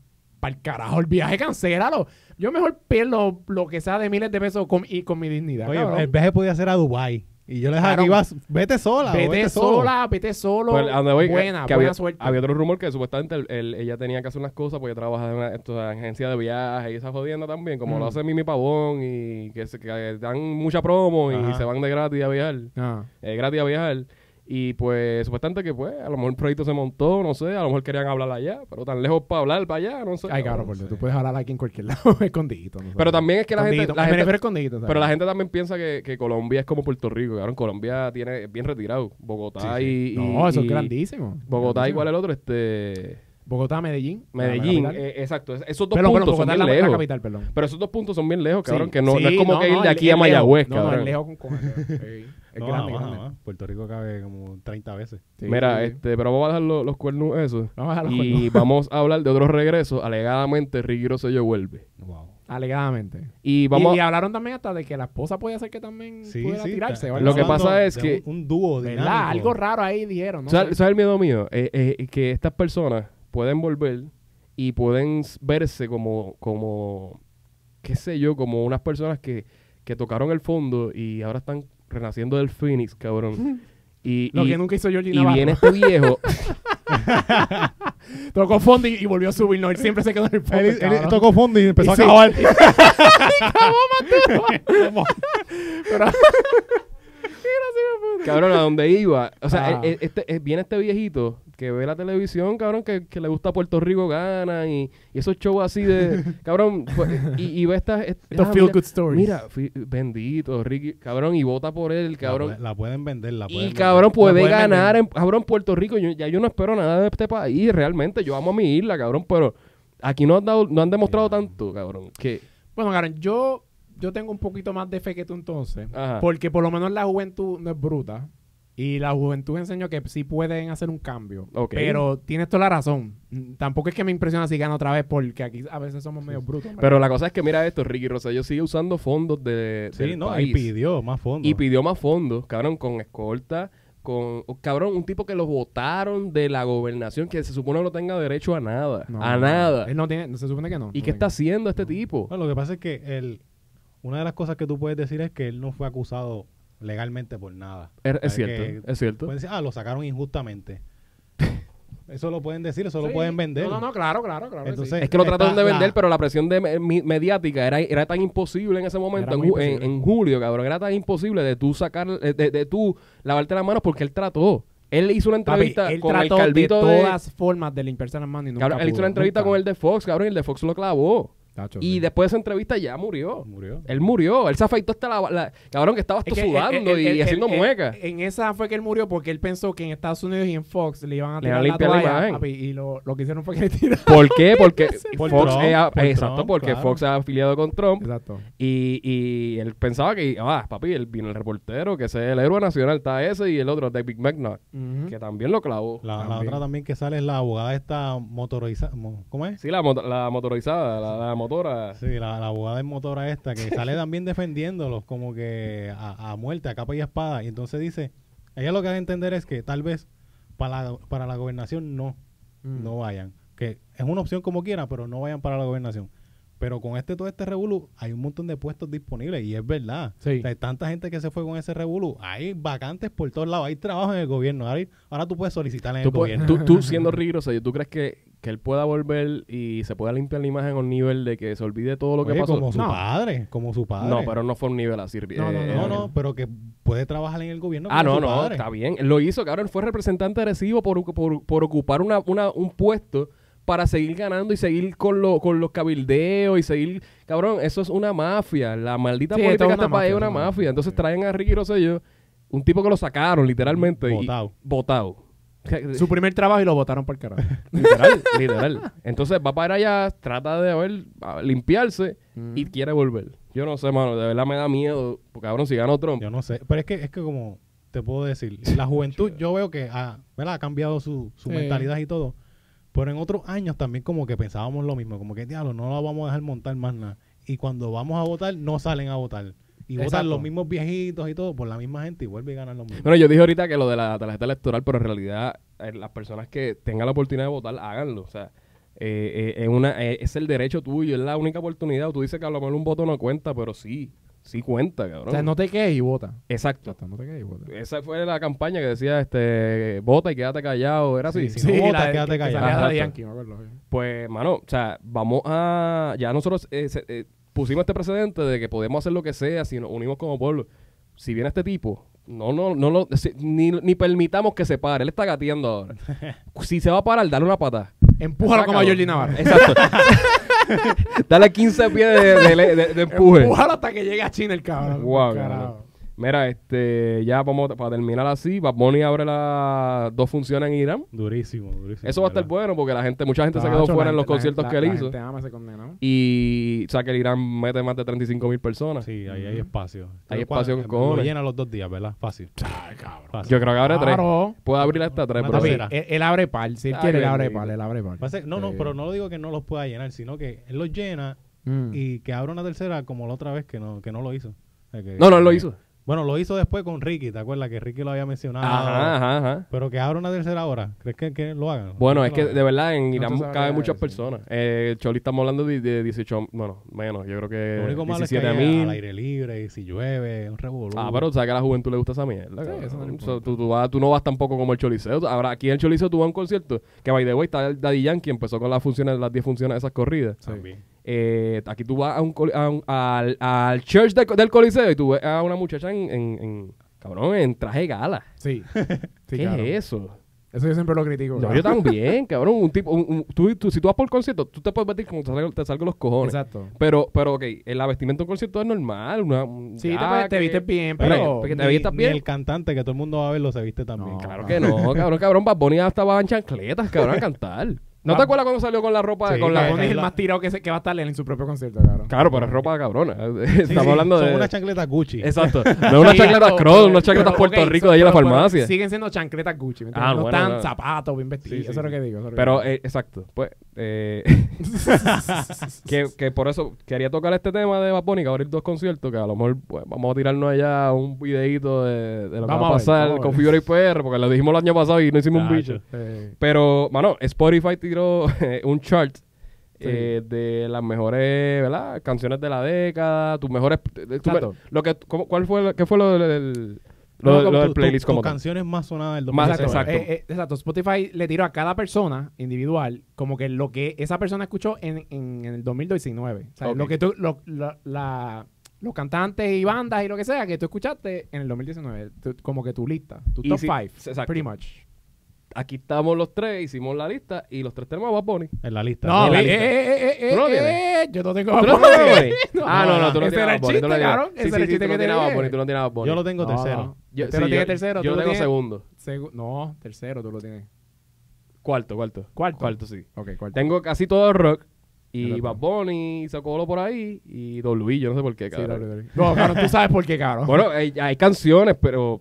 Speaker 2: para el carajo el viaje, cancélalo. Yo mejor pierdo lo que sea de miles de pesos con, y con mi dignidad.
Speaker 3: Oye,
Speaker 2: cabrón.
Speaker 3: el viaje podía ser a Dubai y yo les dejaba
Speaker 2: Claro.
Speaker 3: que ibas, vete sola. o
Speaker 2: vete
Speaker 3: solo.
Speaker 2: sola, vete solo.
Speaker 1: Pues, ¿a dónde voy?
Speaker 2: buena,
Speaker 1: Que
Speaker 2: buena
Speaker 1: había,
Speaker 2: suerte.
Speaker 1: Había otro rumor que supuestamente el- el- ella tenía que hacer unas cosas porque trabaja en una esto, en agencia de viajes y esa jodienda también, como
Speaker 2: Mm.
Speaker 1: lo hace Mimi Pavón y que, se, que dan mucha promo y
Speaker 3: Ajá.
Speaker 1: se van de gratis a viajar,
Speaker 2: Ah.
Speaker 1: eh, gratis a viajar. Y pues supuestamente que pues a lo mejor el proyecto se montó, no sé, a lo mejor querían hablar allá, pero tan lejos para hablar para allá, Pues, no sé.
Speaker 2: Ay,
Speaker 1: cabrón.
Speaker 2: cabrón, por Dios, tú puedes hablar aquí en cualquier lado, escondidito. no sé.
Speaker 1: Pero también es que la gente,
Speaker 2: Escondidito,
Speaker 1: la
Speaker 2: me
Speaker 1: gente-
Speaker 2: refiero a escondidito. ¿sabes?
Speaker 1: pero la gente también piensa que, que Colombia es como Puerto Rico, cabrón. Colombia tiene es bien retirado, Bogotá
Speaker 3: Sí,
Speaker 1: y, y-
Speaker 2: No, eso
Speaker 1: y-
Speaker 2: es grandísimo.
Speaker 1: Bogotá
Speaker 2: Grandísimo.
Speaker 1: y cuál es el otro, este
Speaker 2: Bogotá, Medellín.
Speaker 1: Medellín,
Speaker 2: la capital.
Speaker 1: eh, exacto. Es- Esos dos
Speaker 2: pero, pero
Speaker 1: puntos
Speaker 2: Bogotá
Speaker 1: son
Speaker 2: es la,
Speaker 1: bien
Speaker 2: la
Speaker 1: lejos.
Speaker 2: capital, perdón.
Speaker 1: pero esos dos puntos son bien lejos, cabrón.
Speaker 2: Sí,
Speaker 1: Que no, no
Speaker 2: sí,
Speaker 1: es como que ir
Speaker 2: no,
Speaker 1: de
Speaker 2: es-
Speaker 1: aquí a
Speaker 2: es lejos.
Speaker 1: Mayagüez,
Speaker 2: No,
Speaker 1: cabrón.
Speaker 2: No, es lejos con cojones. Ey, Es
Speaker 3: No,
Speaker 2: grande,
Speaker 3: jamás,
Speaker 2: grande.
Speaker 3: jamás. Puerto Rico cabe como 30 veces.
Speaker 2: Sí,
Speaker 1: Mira,
Speaker 2: sí, sí.
Speaker 1: este, pero vamos a dejar los, los cuernos eso.
Speaker 2: Vamos a dejar los cuernos.
Speaker 1: Y vamos a hablar de otros regresos. Alegadamente, Ricky Rosselló vuelve.
Speaker 3: Wow.
Speaker 2: Alegadamente.
Speaker 1: Y
Speaker 2: Y,
Speaker 1: vamos
Speaker 2: y
Speaker 1: a-
Speaker 2: hablaron también hasta de que la esposa podía ser que también
Speaker 3: Sí,
Speaker 2: Mm, pudiera
Speaker 3: sí.
Speaker 2: tirarse.
Speaker 3: está-
Speaker 2: ¿vale?
Speaker 1: Lo que
Speaker 3: hablando
Speaker 1: pasa es
Speaker 3: de
Speaker 1: que-
Speaker 3: Un, un dúo
Speaker 2: ¿Verdad?
Speaker 3: dinámico.
Speaker 2: Algo raro ahí dijeron, ¿no?
Speaker 1: ¿Sabes sabes el miedo mío? Eh, eh, que estas personas pueden volver y pueden s- verse como, como qué sé yo, como unas personas que, que tocaron el fondo y ahora están renaciendo del Phoenix, cabrón. Y,
Speaker 2: Lo
Speaker 1: y-
Speaker 2: que nunca hizo Georgie
Speaker 1: y
Speaker 2: Navarro.
Speaker 1: viene este viejo
Speaker 2: Tocó fondo y, y volvió a subir. No, él siempre se quedó en el fondo.
Speaker 3: Él, él
Speaker 2: cabrón.
Speaker 3: tocó fondo y empezó
Speaker 2: Y
Speaker 3: a
Speaker 2: sí.
Speaker 3: acabar.
Speaker 2: Pero-
Speaker 1: Cabrón, a donde iba. O sea,
Speaker 2: Ah.
Speaker 1: eh, eh, este, eh, viene este viejito que ve la televisión, cabrón, que, que le gusta Puerto Rico, gana y, y esos shows así de. cabrón, pues, y, y ve estas. est-
Speaker 2: Estos
Speaker 1: ah,
Speaker 2: feel
Speaker 1: mira,
Speaker 2: good stories.
Speaker 1: Mira, fi- bendito, Ricky, cabrón, y vota por él,
Speaker 3: La,
Speaker 1: cabrón.
Speaker 3: pu- la pueden vender, la pueden
Speaker 1: y
Speaker 3: vender.
Speaker 1: cabrón,
Speaker 2: La
Speaker 1: puede
Speaker 2: pueden
Speaker 1: ganar,
Speaker 2: vender.
Speaker 1: en, cabrón, Puerto Rico. Yo, ya yo no espero nada de este país, realmente. Yo amo a mi isla, cabrón, pero aquí no han, dado, no han demostrado tanto, cabrón. Que,
Speaker 2: Bueno, Karen, yo, yo tengo un poquito más de fe que tú entonces.
Speaker 1: Ajá.
Speaker 2: Porque por lo menos la juventud no es bruta. Y la juventud enseñó que sí pueden hacer un cambio.
Speaker 1: Ok.
Speaker 2: Pero tienes toda la razón. Mm, Tampoco es que me impresiona si gana otra vez, porque aquí a veces somos medio brutos. ¿verdad?
Speaker 1: pero la cosa es que, mira esto, Ricky Rosselló sigue usando fondos de.
Speaker 3: Sí,
Speaker 1: del
Speaker 3: no,
Speaker 1: país.
Speaker 3: y pidió más fondos.
Speaker 1: Y pidió más fondos, cabrón, con escolta, con... oh, Cabrón, un tipo que lo votaron de la gobernación, que se supone no tenga derecho a nada.
Speaker 2: No,
Speaker 1: a nada.
Speaker 2: Él no tiene, se supone que no.
Speaker 1: ¿Y
Speaker 2: no
Speaker 1: qué
Speaker 2: tiene.
Speaker 1: está haciendo este tipo?
Speaker 3: Bueno, lo que pasa es que él, una de las cosas que tú puedes decir es que él no fue acusado legalmente por nada.
Speaker 1: Es, es
Speaker 3: O sea,
Speaker 1: cierto,
Speaker 3: que
Speaker 1: es cierto.
Speaker 3: Pueden decir, ah, lo sacaron injustamente. eso lo pueden decir, eso
Speaker 2: Sí.
Speaker 3: lo pueden vender.
Speaker 2: No, no, no, claro, claro, claro. que sí.
Speaker 3: Entonces,
Speaker 1: es que lo trataron
Speaker 3: está
Speaker 1: de vender,
Speaker 3: la-
Speaker 1: pero la presión de me- mi- mediática era, era tan imposible en ese momento,
Speaker 2: Era
Speaker 1: en,
Speaker 2: muy
Speaker 1: ju- en-
Speaker 2: imposible.
Speaker 1: en julio, cabrón. Era tan imposible de tú sacar, eh, de, de tú lavarte las manos porque él trató. Él hizo una
Speaker 2: Papi,
Speaker 1: entrevista
Speaker 2: él
Speaker 1: con el
Speaker 2: trató
Speaker 1: calvito
Speaker 2: de
Speaker 1: de...
Speaker 2: todas formas de limpiarse las manos y nunca
Speaker 1: cabrón, él hizo
Speaker 2: pudo,
Speaker 1: una entrevista
Speaker 2: nunca.
Speaker 1: con el de Fox, cabrón, y el de Fox lo clavó.
Speaker 2: Tacho,
Speaker 1: Y
Speaker 2: sí.
Speaker 1: después de esa entrevista ya murió.
Speaker 3: Murió.
Speaker 2: Eh,
Speaker 1: Él murió, él se afeitó hasta la, la- cabrón que estaba hasta
Speaker 2: Es que eh,
Speaker 1: sudando
Speaker 2: él- él-
Speaker 1: y
Speaker 2: él-
Speaker 1: haciendo
Speaker 2: él- él-
Speaker 1: muecas.
Speaker 2: En esa fue que él murió porque él pensó que en Estados Unidos y en Fox le iban a
Speaker 1: Le iban a
Speaker 2: tirar la
Speaker 1: limpiar la
Speaker 2: toalla,
Speaker 1: imagen.
Speaker 2: papi, y lo, lo que hicieron fue que le tiraron.
Speaker 1: ¿Por qué? Porque
Speaker 3: Por
Speaker 1: Fox
Speaker 3: Trump,
Speaker 1: es a-
Speaker 3: por
Speaker 1: exacto,
Speaker 3: Trump,
Speaker 1: porque
Speaker 3: claro.
Speaker 1: Fox es afiliado con Trump
Speaker 2: Exacto.
Speaker 1: y, y él pensaba que ah, papi, él vino el reportero, que ese es el héroe nacional, está ese y el otro de Big McNutt, que también lo clavó.
Speaker 3: La, la
Speaker 2: También.
Speaker 3: otra también que sale es la abogada esta motorizada. ¿Cómo es?
Speaker 1: Sí, la, moto- la motorizada, la, la motora.
Speaker 3: Sí, la, la abogada en motora esta que sale también defendiéndolos como que a, a muerte, a capa y espada. Y entonces dice, ella lo que da a entender es que tal vez para la, para la gobernación no,
Speaker 2: Mm.
Speaker 3: no vayan. Que es una opción como quiera, pero no vayan para la gobernación. Pero con este todo este revolú hay un montón de puestos disponibles y es verdad.
Speaker 2: Sí.
Speaker 3: O sea, hay tanta gente que se fue con ese revolú. Hay vacantes por todos lados, hay trabajo en el gobierno. Ahora, hay- ahora tú puedes solicitar en
Speaker 1: Tú,
Speaker 3: el
Speaker 1: puedes-
Speaker 3: gobierno.
Speaker 1: tú- tú siendo riguroso, ¿tú crees que, que él pueda volver y se pueda limpiar la imagen a un nivel de que se olvide todo lo que
Speaker 3: Oye,
Speaker 1: pasó?
Speaker 3: como su
Speaker 2: No.
Speaker 3: padre, como su padre.
Speaker 1: No, pero no fue un nivel así.
Speaker 2: No, no,
Speaker 1: eh,
Speaker 3: No, no, pero que puede trabajar en el gobierno.
Speaker 1: Ah,
Speaker 3: como
Speaker 1: no,
Speaker 3: su
Speaker 1: no,
Speaker 3: padre.
Speaker 1: está bien. Él Lo hizo, cabrón. Fue representante agresivo por, por, por ocupar una, una, un puesto para seguir ganando y seguir con, lo, con los cabildeos y seguir... Cabrón, eso es una mafia. La maldita
Speaker 2: Sí,
Speaker 1: política
Speaker 2: esto
Speaker 1: de
Speaker 2: es
Speaker 1: este
Speaker 2: una
Speaker 1: país es
Speaker 2: mafia,
Speaker 1: una
Speaker 2: es una
Speaker 1: mafia.
Speaker 2: mafia,
Speaker 1: Entonces
Speaker 2: sí.
Speaker 1: traen a Ricky Rosselló, un tipo que lo sacaron literalmente. y-
Speaker 3: Botado.
Speaker 1: Botado.
Speaker 2: Su primer trabajo y lo votaron por carajo.
Speaker 1: literal, literal. Entonces va para allá, trata de a ver, a limpiarse y quiere volver. Yo no sé, mano. De verdad me da miedo. Porque, cabrón, si gano Trump...
Speaker 3: Yo no sé, pero es que, es que como te puedo decir, la juventud yo veo que ha, ¿verdad? ha cambiado su, su
Speaker 2: Sí.
Speaker 3: mentalidad y todo, pero en otros años también como que pensábamos lo mismo, como que diablo, no la vamos a dejar montar más nada. Y cuando vamos a votar, no salen a votar. Y votan
Speaker 2: Exacto.
Speaker 3: los mismos viejitos y todo por la misma gente y vuelve y ganan los mismos.
Speaker 1: Bueno, yo dije ahorita que lo de la tarjeta electoral, pero en realidad eh, las personas que tengan la oportunidad de votar, háganlo. O sea, eh, eh, es, una, eh, es el derecho tuyo, es la única oportunidad. Tú dices que a lo mejor un voto no cuenta, pero sí, sí cuenta, cabrón.
Speaker 2: O sea, no te quedes y vota. Eh,
Speaker 1: Exacto.
Speaker 2: Exacto, no te quedes y vota.
Speaker 1: Esa fue la campaña que decía, este, vota y quédate callado, era así.
Speaker 3: Sí, sí. Si no votas,
Speaker 2: de-
Speaker 3: quédate
Speaker 2: que- que
Speaker 3: callado.
Speaker 2: salía de
Speaker 1: Exacto.
Speaker 2: Yankee, me acuerdo.
Speaker 1: Pues, mano, o sea, vamos a... Ya nosotros eh, se- eh, pusimos este precedente de que podemos hacer lo que sea si nos unimos como pueblo. Si viene este tipo, no, no, no lo... si- ni, ni permitamos que se pare. Él está gateando ahora. si se va a parar, dale una patada.
Speaker 2: Empújalo como a
Speaker 1: Sácalo.
Speaker 2: Jordi Navarro.
Speaker 1: Exacto. dale 15 pies de, de- de- de empuje.
Speaker 2: Empújalo hasta que llegue a China el cabrón.
Speaker 1: Guau,
Speaker 2: Carajo.
Speaker 1: cabrón. Mira, este, ya vamos a- para terminar así. Bad Bunny abre las dos funciones en Irán.
Speaker 3: Durísimo, durísimo.
Speaker 1: Eso va a estar
Speaker 3: ¿verdad?
Speaker 1: bueno porque la gente, mucha gente se quedó
Speaker 2: Tacho, la
Speaker 1: fuera en los
Speaker 2: gente- la
Speaker 1: conciertos
Speaker 2: gente-
Speaker 1: que él
Speaker 2: la
Speaker 1: hizo.
Speaker 2: gente ama ese condenado.
Speaker 1: Y o sea que el Irán mete más de 35 mil personas.
Speaker 3: Sí, ahí hay espacio.
Speaker 1: Hay
Speaker 3: Lo
Speaker 1: espacio
Speaker 3: cual,
Speaker 1: con
Speaker 3: eh, Lo
Speaker 1: cojones.
Speaker 3: llena los dos días, ¿verdad? Fácil.
Speaker 2: Ay, cabrón.
Speaker 3: fácil.
Speaker 1: Yo creo que abre
Speaker 2: Claro.
Speaker 1: tres. Puede abrir hasta tres,
Speaker 3: Una
Speaker 1: bro.
Speaker 2: Papi,
Speaker 3: Tercera.
Speaker 2: él, él abre par. Si él
Speaker 1: Ay,
Speaker 2: quiere, él
Speaker 1: bendito.
Speaker 2: abre par. Él abre par.
Speaker 3: Va a ser- no, no,
Speaker 1: Sí.
Speaker 3: pero no lo digo que no los pueda llenar, sino que él los llena
Speaker 2: Mm.
Speaker 3: y que abra una tercera como la otra vez que no, que no lo hizo. O sea, que-
Speaker 1: No, no, él lo hizo.
Speaker 3: Bueno, lo hizo después con Ricky, ¿te acuerdas? Que Ricky lo había mencionado.
Speaker 1: Ajá, ajá, ajá.
Speaker 3: Pero que ahora una tercera hora. ¿Crees que, que lo hagan?
Speaker 1: Bueno, es
Speaker 3: ¿Crees
Speaker 1: que
Speaker 3: lo
Speaker 1: de verdad en
Speaker 2: No
Speaker 1: Irán
Speaker 2: se sabe
Speaker 1: caben
Speaker 2: nada
Speaker 1: muchas
Speaker 2: de eso.
Speaker 1: personas. Eh, Choli estamos hablando de, de 18, bueno, menos, yo creo
Speaker 3: hagan? Lo
Speaker 1: que
Speaker 3: único malo es que
Speaker 1: 17
Speaker 3: haya al
Speaker 1: mil.
Speaker 3: aire libre y si llueve, un revolución.
Speaker 2: Uh.
Speaker 1: Ah, pero sabes que a la juventud le gusta esa mierda.
Speaker 2: Sí,
Speaker 1: cabrón.
Speaker 2: eso no le
Speaker 1: O sea, tú, tú vas- tú no vas tampoco como el Choliseo. Ahora, aquí en el Choliseo tú vas a un concierto que, by the way, está el Daddy Yankee, empezó con las funciones, las 10 funciones de esas corridas.
Speaker 3: También.
Speaker 1: Eh, aquí tú vas a un, coli- a un- al, al church del, del Coliseo y tú ves a una muchacha en, en- en- cabrón, en traje de gala.
Speaker 2: Sí. sí
Speaker 1: ¿Qué
Speaker 2: claro.
Speaker 1: es eso?
Speaker 2: Eso yo siempre lo critico.
Speaker 1: No,
Speaker 2: ¿verdad?
Speaker 1: yo también, cabrón. Un tipo, un- un- tú, tú- si tú vas por concierto, tú te puedes vestir como te salgan los cojones.
Speaker 2: Exacto.
Speaker 1: Pero, pero, ok, eh, la vestimenta de un concierto es normal. Una, un
Speaker 2: Sí, te,
Speaker 1: jacket.
Speaker 2: te vistes bien,
Speaker 1: Pero-
Speaker 2: pero...
Speaker 1: porque- que te
Speaker 3: Ni-
Speaker 1: vistas
Speaker 3: ni
Speaker 1: bien.
Speaker 3: el cantante que todo el mundo va a verlo se viste
Speaker 2: No.
Speaker 3: también.
Speaker 1: Claro que no, cabrón, cabrón. Bad Bunny hasta va en chancletas, cabrón, a cantar. ¿No te
Speaker 2: Bad-
Speaker 1: acuerdas cuando salió con la ropa?
Speaker 2: Sí,
Speaker 1: con la,
Speaker 2: Bad Bunny es el
Speaker 3: la-
Speaker 2: más tirado que, se- que va a estar en su propio concierto, cabrón.
Speaker 1: Claro, pero es ropa cabrona. Estamos
Speaker 3: Sí, sí,
Speaker 1: hablando
Speaker 3: Son
Speaker 1: de...
Speaker 3: unas chancletas Gucci.
Speaker 1: Exacto. No unas
Speaker 2: Sí,
Speaker 1: chancletas
Speaker 2: pero-
Speaker 1: Cross,
Speaker 2: pero-
Speaker 1: unas chancletas
Speaker 2: pero,
Speaker 1: Puerto
Speaker 2: ok,
Speaker 1: Rico de ir a la
Speaker 2: pero- pero
Speaker 1: farmacia.
Speaker 2: Siguen siendo chancletas Gucci, ¿me entiendes?
Speaker 1: Ah,
Speaker 2: no
Speaker 1: bueno,
Speaker 2: tan
Speaker 1: no.
Speaker 2: zapatos bien vestidos,
Speaker 1: Sí, sí,
Speaker 2: eso es lo
Speaker 1: sí.
Speaker 2: que digo. eso es lo que
Speaker 1: Pero,
Speaker 2: digo.
Speaker 1: eh, exacto. Pues, eh, que, que por eso quería tocar este tema de Bad Bunny, que va a abrir dos conciertos, que a lo mejor pues, vamos a tirarnos allá un videito de, de lo que
Speaker 2: Vamos
Speaker 1: va a
Speaker 2: a ver,
Speaker 1: pasar
Speaker 2: vamos a
Speaker 1: con
Speaker 2: ver.
Speaker 1: Fibra y PR, porque lo dijimos el año pasado y no hicimos un
Speaker 3: Tacho.
Speaker 1: bicho.
Speaker 2: Eh,
Speaker 1: Pero, mano, Spotify tiró eh, un chart eh, de las mejores, ¿verdad? Canciones de la década, tus mejores... tu me-
Speaker 2: Exacto.
Speaker 1: lo que, cómo- ¿Cuál fue, lo- qué fue lo del, lo,
Speaker 3: No,
Speaker 1: lo
Speaker 3: tu-
Speaker 1: del
Speaker 3: tu-
Speaker 1: playlist
Speaker 3: tus
Speaker 1: como tal?
Speaker 3: canciones más sonadas del
Speaker 1: Más-
Speaker 3: 2019.
Speaker 1: exacto.
Speaker 2: Eh, eh, exacto. Spotify le tiró a cada persona individual como que lo que esa persona escuchó en, en- en el 2019. O sea,
Speaker 1: Ok.
Speaker 2: lo que tú, lo- la- la- los cantantes y bandas y lo que sea que tú escuchaste en el 2019. tú- como que tu lista, tu
Speaker 1: Y
Speaker 2: top
Speaker 1: si-
Speaker 2: 5.
Speaker 1: exacto.
Speaker 2: Pretty much.
Speaker 1: Aquí estamos los tres, hicimos la lista y los tres tenemos a Bad Bunny.
Speaker 3: En la lista.
Speaker 2: No,
Speaker 3: En la
Speaker 2: eh,
Speaker 3: lista.
Speaker 2: eh, eh, eh,
Speaker 1: ¿Tú no
Speaker 2: eh,
Speaker 1: tienes?
Speaker 2: yo no tengo
Speaker 1: ¿Tú no
Speaker 2: Bad
Speaker 1: tienes
Speaker 2: Bunny.
Speaker 1: a Bad Bunny? Ah, no, no, tú no tienes
Speaker 2: Ese era
Speaker 1: a
Speaker 2: el
Speaker 1: Bad Bunny. tú no
Speaker 2: chiste,
Speaker 1: tienes-
Speaker 2: cabrón,
Speaker 1: Sí,
Speaker 2: ese
Speaker 1: sí,
Speaker 2: era el
Speaker 1: sí,
Speaker 2: chiste
Speaker 1: tú no
Speaker 2: que te
Speaker 1: tienes a Bad
Speaker 2: dije.
Speaker 1: Bunny, tú no tienes a Bad Bunny.
Speaker 3: Yo lo tengo
Speaker 2: No,
Speaker 3: tercero.
Speaker 2: no.
Speaker 1: Yo-
Speaker 2: Usted lo
Speaker 1: sí,
Speaker 2: tiene
Speaker 1: yo- Yo
Speaker 2: tercero, tú
Speaker 1: lo
Speaker 2: lo
Speaker 1: tengo
Speaker 2: tienes-
Speaker 1: segundo.
Speaker 2: Segu- no, tercero tú lo tienes.
Speaker 1: Cuarto, cuarto.
Speaker 2: Cuarto.
Speaker 1: Cuarto, sí.
Speaker 2: Ok, cuarto.
Speaker 1: Tengo casi todo el rock. Y
Speaker 2: Exacto.
Speaker 1: Bad Bunny se coló por ahí. Y W, yo no sé por qué,
Speaker 2: Sí,
Speaker 1: cabrón.
Speaker 2: dale, dale. No, cabrón, tú sabes por qué, cabrón.
Speaker 1: Bueno, hay, hay canciones, pero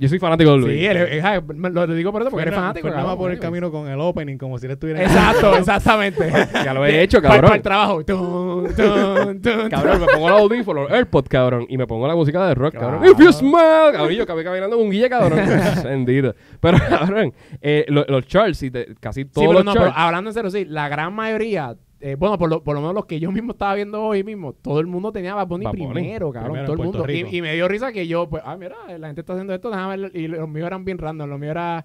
Speaker 1: yo soy fanático de W.
Speaker 2: Sí, eres- es- ah, me- lo, lo digo por eso porque eres
Speaker 3: Fernan-
Speaker 1: pues
Speaker 2: fanático.
Speaker 3: Fernan va
Speaker 2: cabrón.
Speaker 3: por el camino con el opening como si él estuviera en-
Speaker 1: Eh,
Speaker 2: Exacto, exactamente.
Speaker 1: Pues, Ya lo he hecho,
Speaker 2: Para el
Speaker 1: cabrón.
Speaker 2: trabajo. Tun, tun, tun,
Speaker 1: Cabrón, me pongo los audífonos, los AirPods, cabrón, y me pongo la música de rock, cabrón.
Speaker 2: Claro.
Speaker 1: If you smile, cabrón, yo acabé caminando con guille, cabrón. Bendito. Pero, cabrón, eh, lo- los charts, y te- casi
Speaker 2: Sí,
Speaker 1: todos
Speaker 2: pero
Speaker 1: los
Speaker 2: no, pero ah,
Speaker 1: charts.
Speaker 2: hablando en serio, sí, la gran mayoría, eh, bueno, por lo, por lo menos los que yo mismo estaba viendo hoy mismo, todo el mundo tenía Bad Bunny
Speaker 1: Bad Bunny,
Speaker 2: primero, cabrón,
Speaker 3: primero en
Speaker 2: todo el
Speaker 3: Puerto
Speaker 2: mundo.
Speaker 3: Rico.
Speaker 2: Y, y me dio risa que yo, pues, ah, mira, la gente está haciendo esto, déjame ver, y los míos eran bien random, los míos era,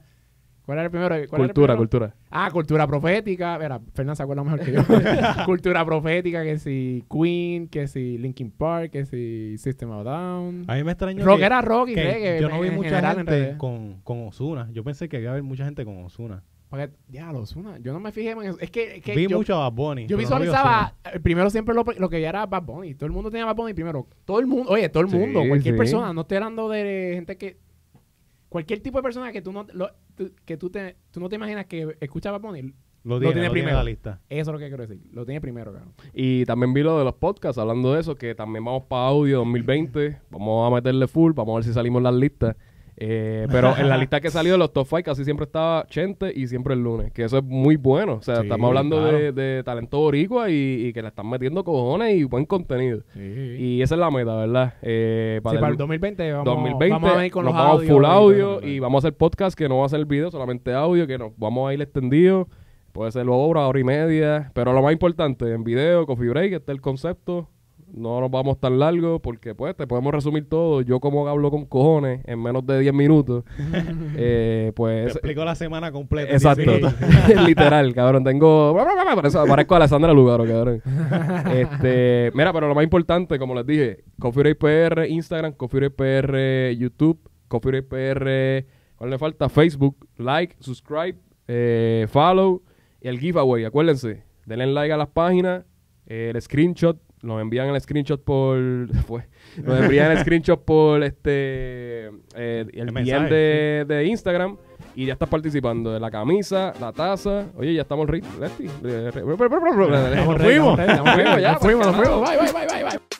Speaker 2: ¿cuál era el primero? ¿Cuál era el
Speaker 1: cultura,
Speaker 2: primero?
Speaker 1: cultura.
Speaker 2: Ah, cultura profética, mira, Fernández se acuerda mejor que yo. cultura profética, que si Queen, que si Linkin Park, que si System of a Down.
Speaker 3: A mí me extrañó
Speaker 2: Rock
Speaker 3: que-
Speaker 2: era rock y
Speaker 3: que
Speaker 2: reggae.
Speaker 3: yo no vi
Speaker 2: en
Speaker 3: mucha
Speaker 2: general, en
Speaker 3: gente
Speaker 2: realidad.
Speaker 3: con, con Osuna. Yo pensé que iba a haber mucha gente con Osuna.
Speaker 2: Porque, ya, los una. Yo no me fijé en eso. Es que, es que
Speaker 3: Vi
Speaker 2: yo,
Speaker 3: mucho a Bad Bunny.
Speaker 2: yo
Speaker 3: pero no vi a
Speaker 2: visualizaba.
Speaker 3: Ozuna.
Speaker 2: eh, primero siempre lo, lo que ya era Bad Bunny. Todo el mundo tenía Bad Bunny primero. Todo el mundo. Oye, todo el
Speaker 1: Sí,
Speaker 2: mundo. Cualquier
Speaker 1: sí.
Speaker 2: persona. No estoy hablando de gente que. Cualquier tipo de persona que tú no, lo- tú- que tú te, tú no te imaginas que escucha Bad Bunny. tiene
Speaker 3: Lo tiene, lo tiene en
Speaker 2: primero.
Speaker 3: la lista.
Speaker 2: Eso es lo que quiero decir. Lo tiene primero, cabrón.
Speaker 1: Y también vi lo de los podcasts, hablando de eso, que también vamos para audio 2020. Vamos a meterle full, vamos a ver si salimos las listas. Eh, pero en la lista que salió de los top 5 casi siempre estaba Chente y siempre el lunes, que eso es muy bueno. O sea,
Speaker 2: Sí,
Speaker 1: estamos hablando
Speaker 3: claro.
Speaker 1: de, de talento boricua y, y que le están metiendo cojones y buen contenido.
Speaker 2: Sí.
Speaker 1: Y esa es la meta, ¿verdad? Eh,
Speaker 2: Sí, para el
Speaker 1: del-
Speaker 2: 2020 vamos,
Speaker 1: 2020
Speaker 2: vamos a venir con
Speaker 1: nos
Speaker 2: los
Speaker 1: vamos
Speaker 2: audios
Speaker 1: full
Speaker 2: y todo
Speaker 1: audio
Speaker 2: eso.
Speaker 1: y vamos a hacer podcast que no va a ser video, solamente audio, que nos vamos a ir extendido. Puede ser hora, hora y media. Pero lo más importante, en video, coffee break, está el concepto. No nos vamos tan largo porque pues te podemos resumir todo. Yo como hablo con cojones en menos de 10 minutos. eh,
Speaker 3: Te
Speaker 1: pues...
Speaker 3: explico la semana completa. en
Speaker 1: Exacto.
Speaker 3: 10 minutos.
Speaker 1: Literal, cabrón. Tengo... Parezco- Parezco a Alessandra Lugaro, cabrón. Este, mira, pero lo más importante, como les dije, Coffee Break PR, Instagram, Coffee Break PR, YouTube, Coffee Break PR, ¿cuál le falta? Facebook, like, subscribe, eh, follow y el giveaway. Acuérdense, denle like a las páginas, eh, el screenshot, nos envían el screenshot por, fue, nos envían el screenshot por este, eh, el,
Speaker 3: El
Speaker 1: DM
Speaker 3: mensaje,
Speaker 1: de, de Instagram. Y ya estás participando de la camisa, la taza. Oye, ya estamos ricos. pues,
Speaker 2: Nos fuimos, nos fuimos, ya, nos fuimos, nos fuimos. Bye, bye, bye, bye, bye.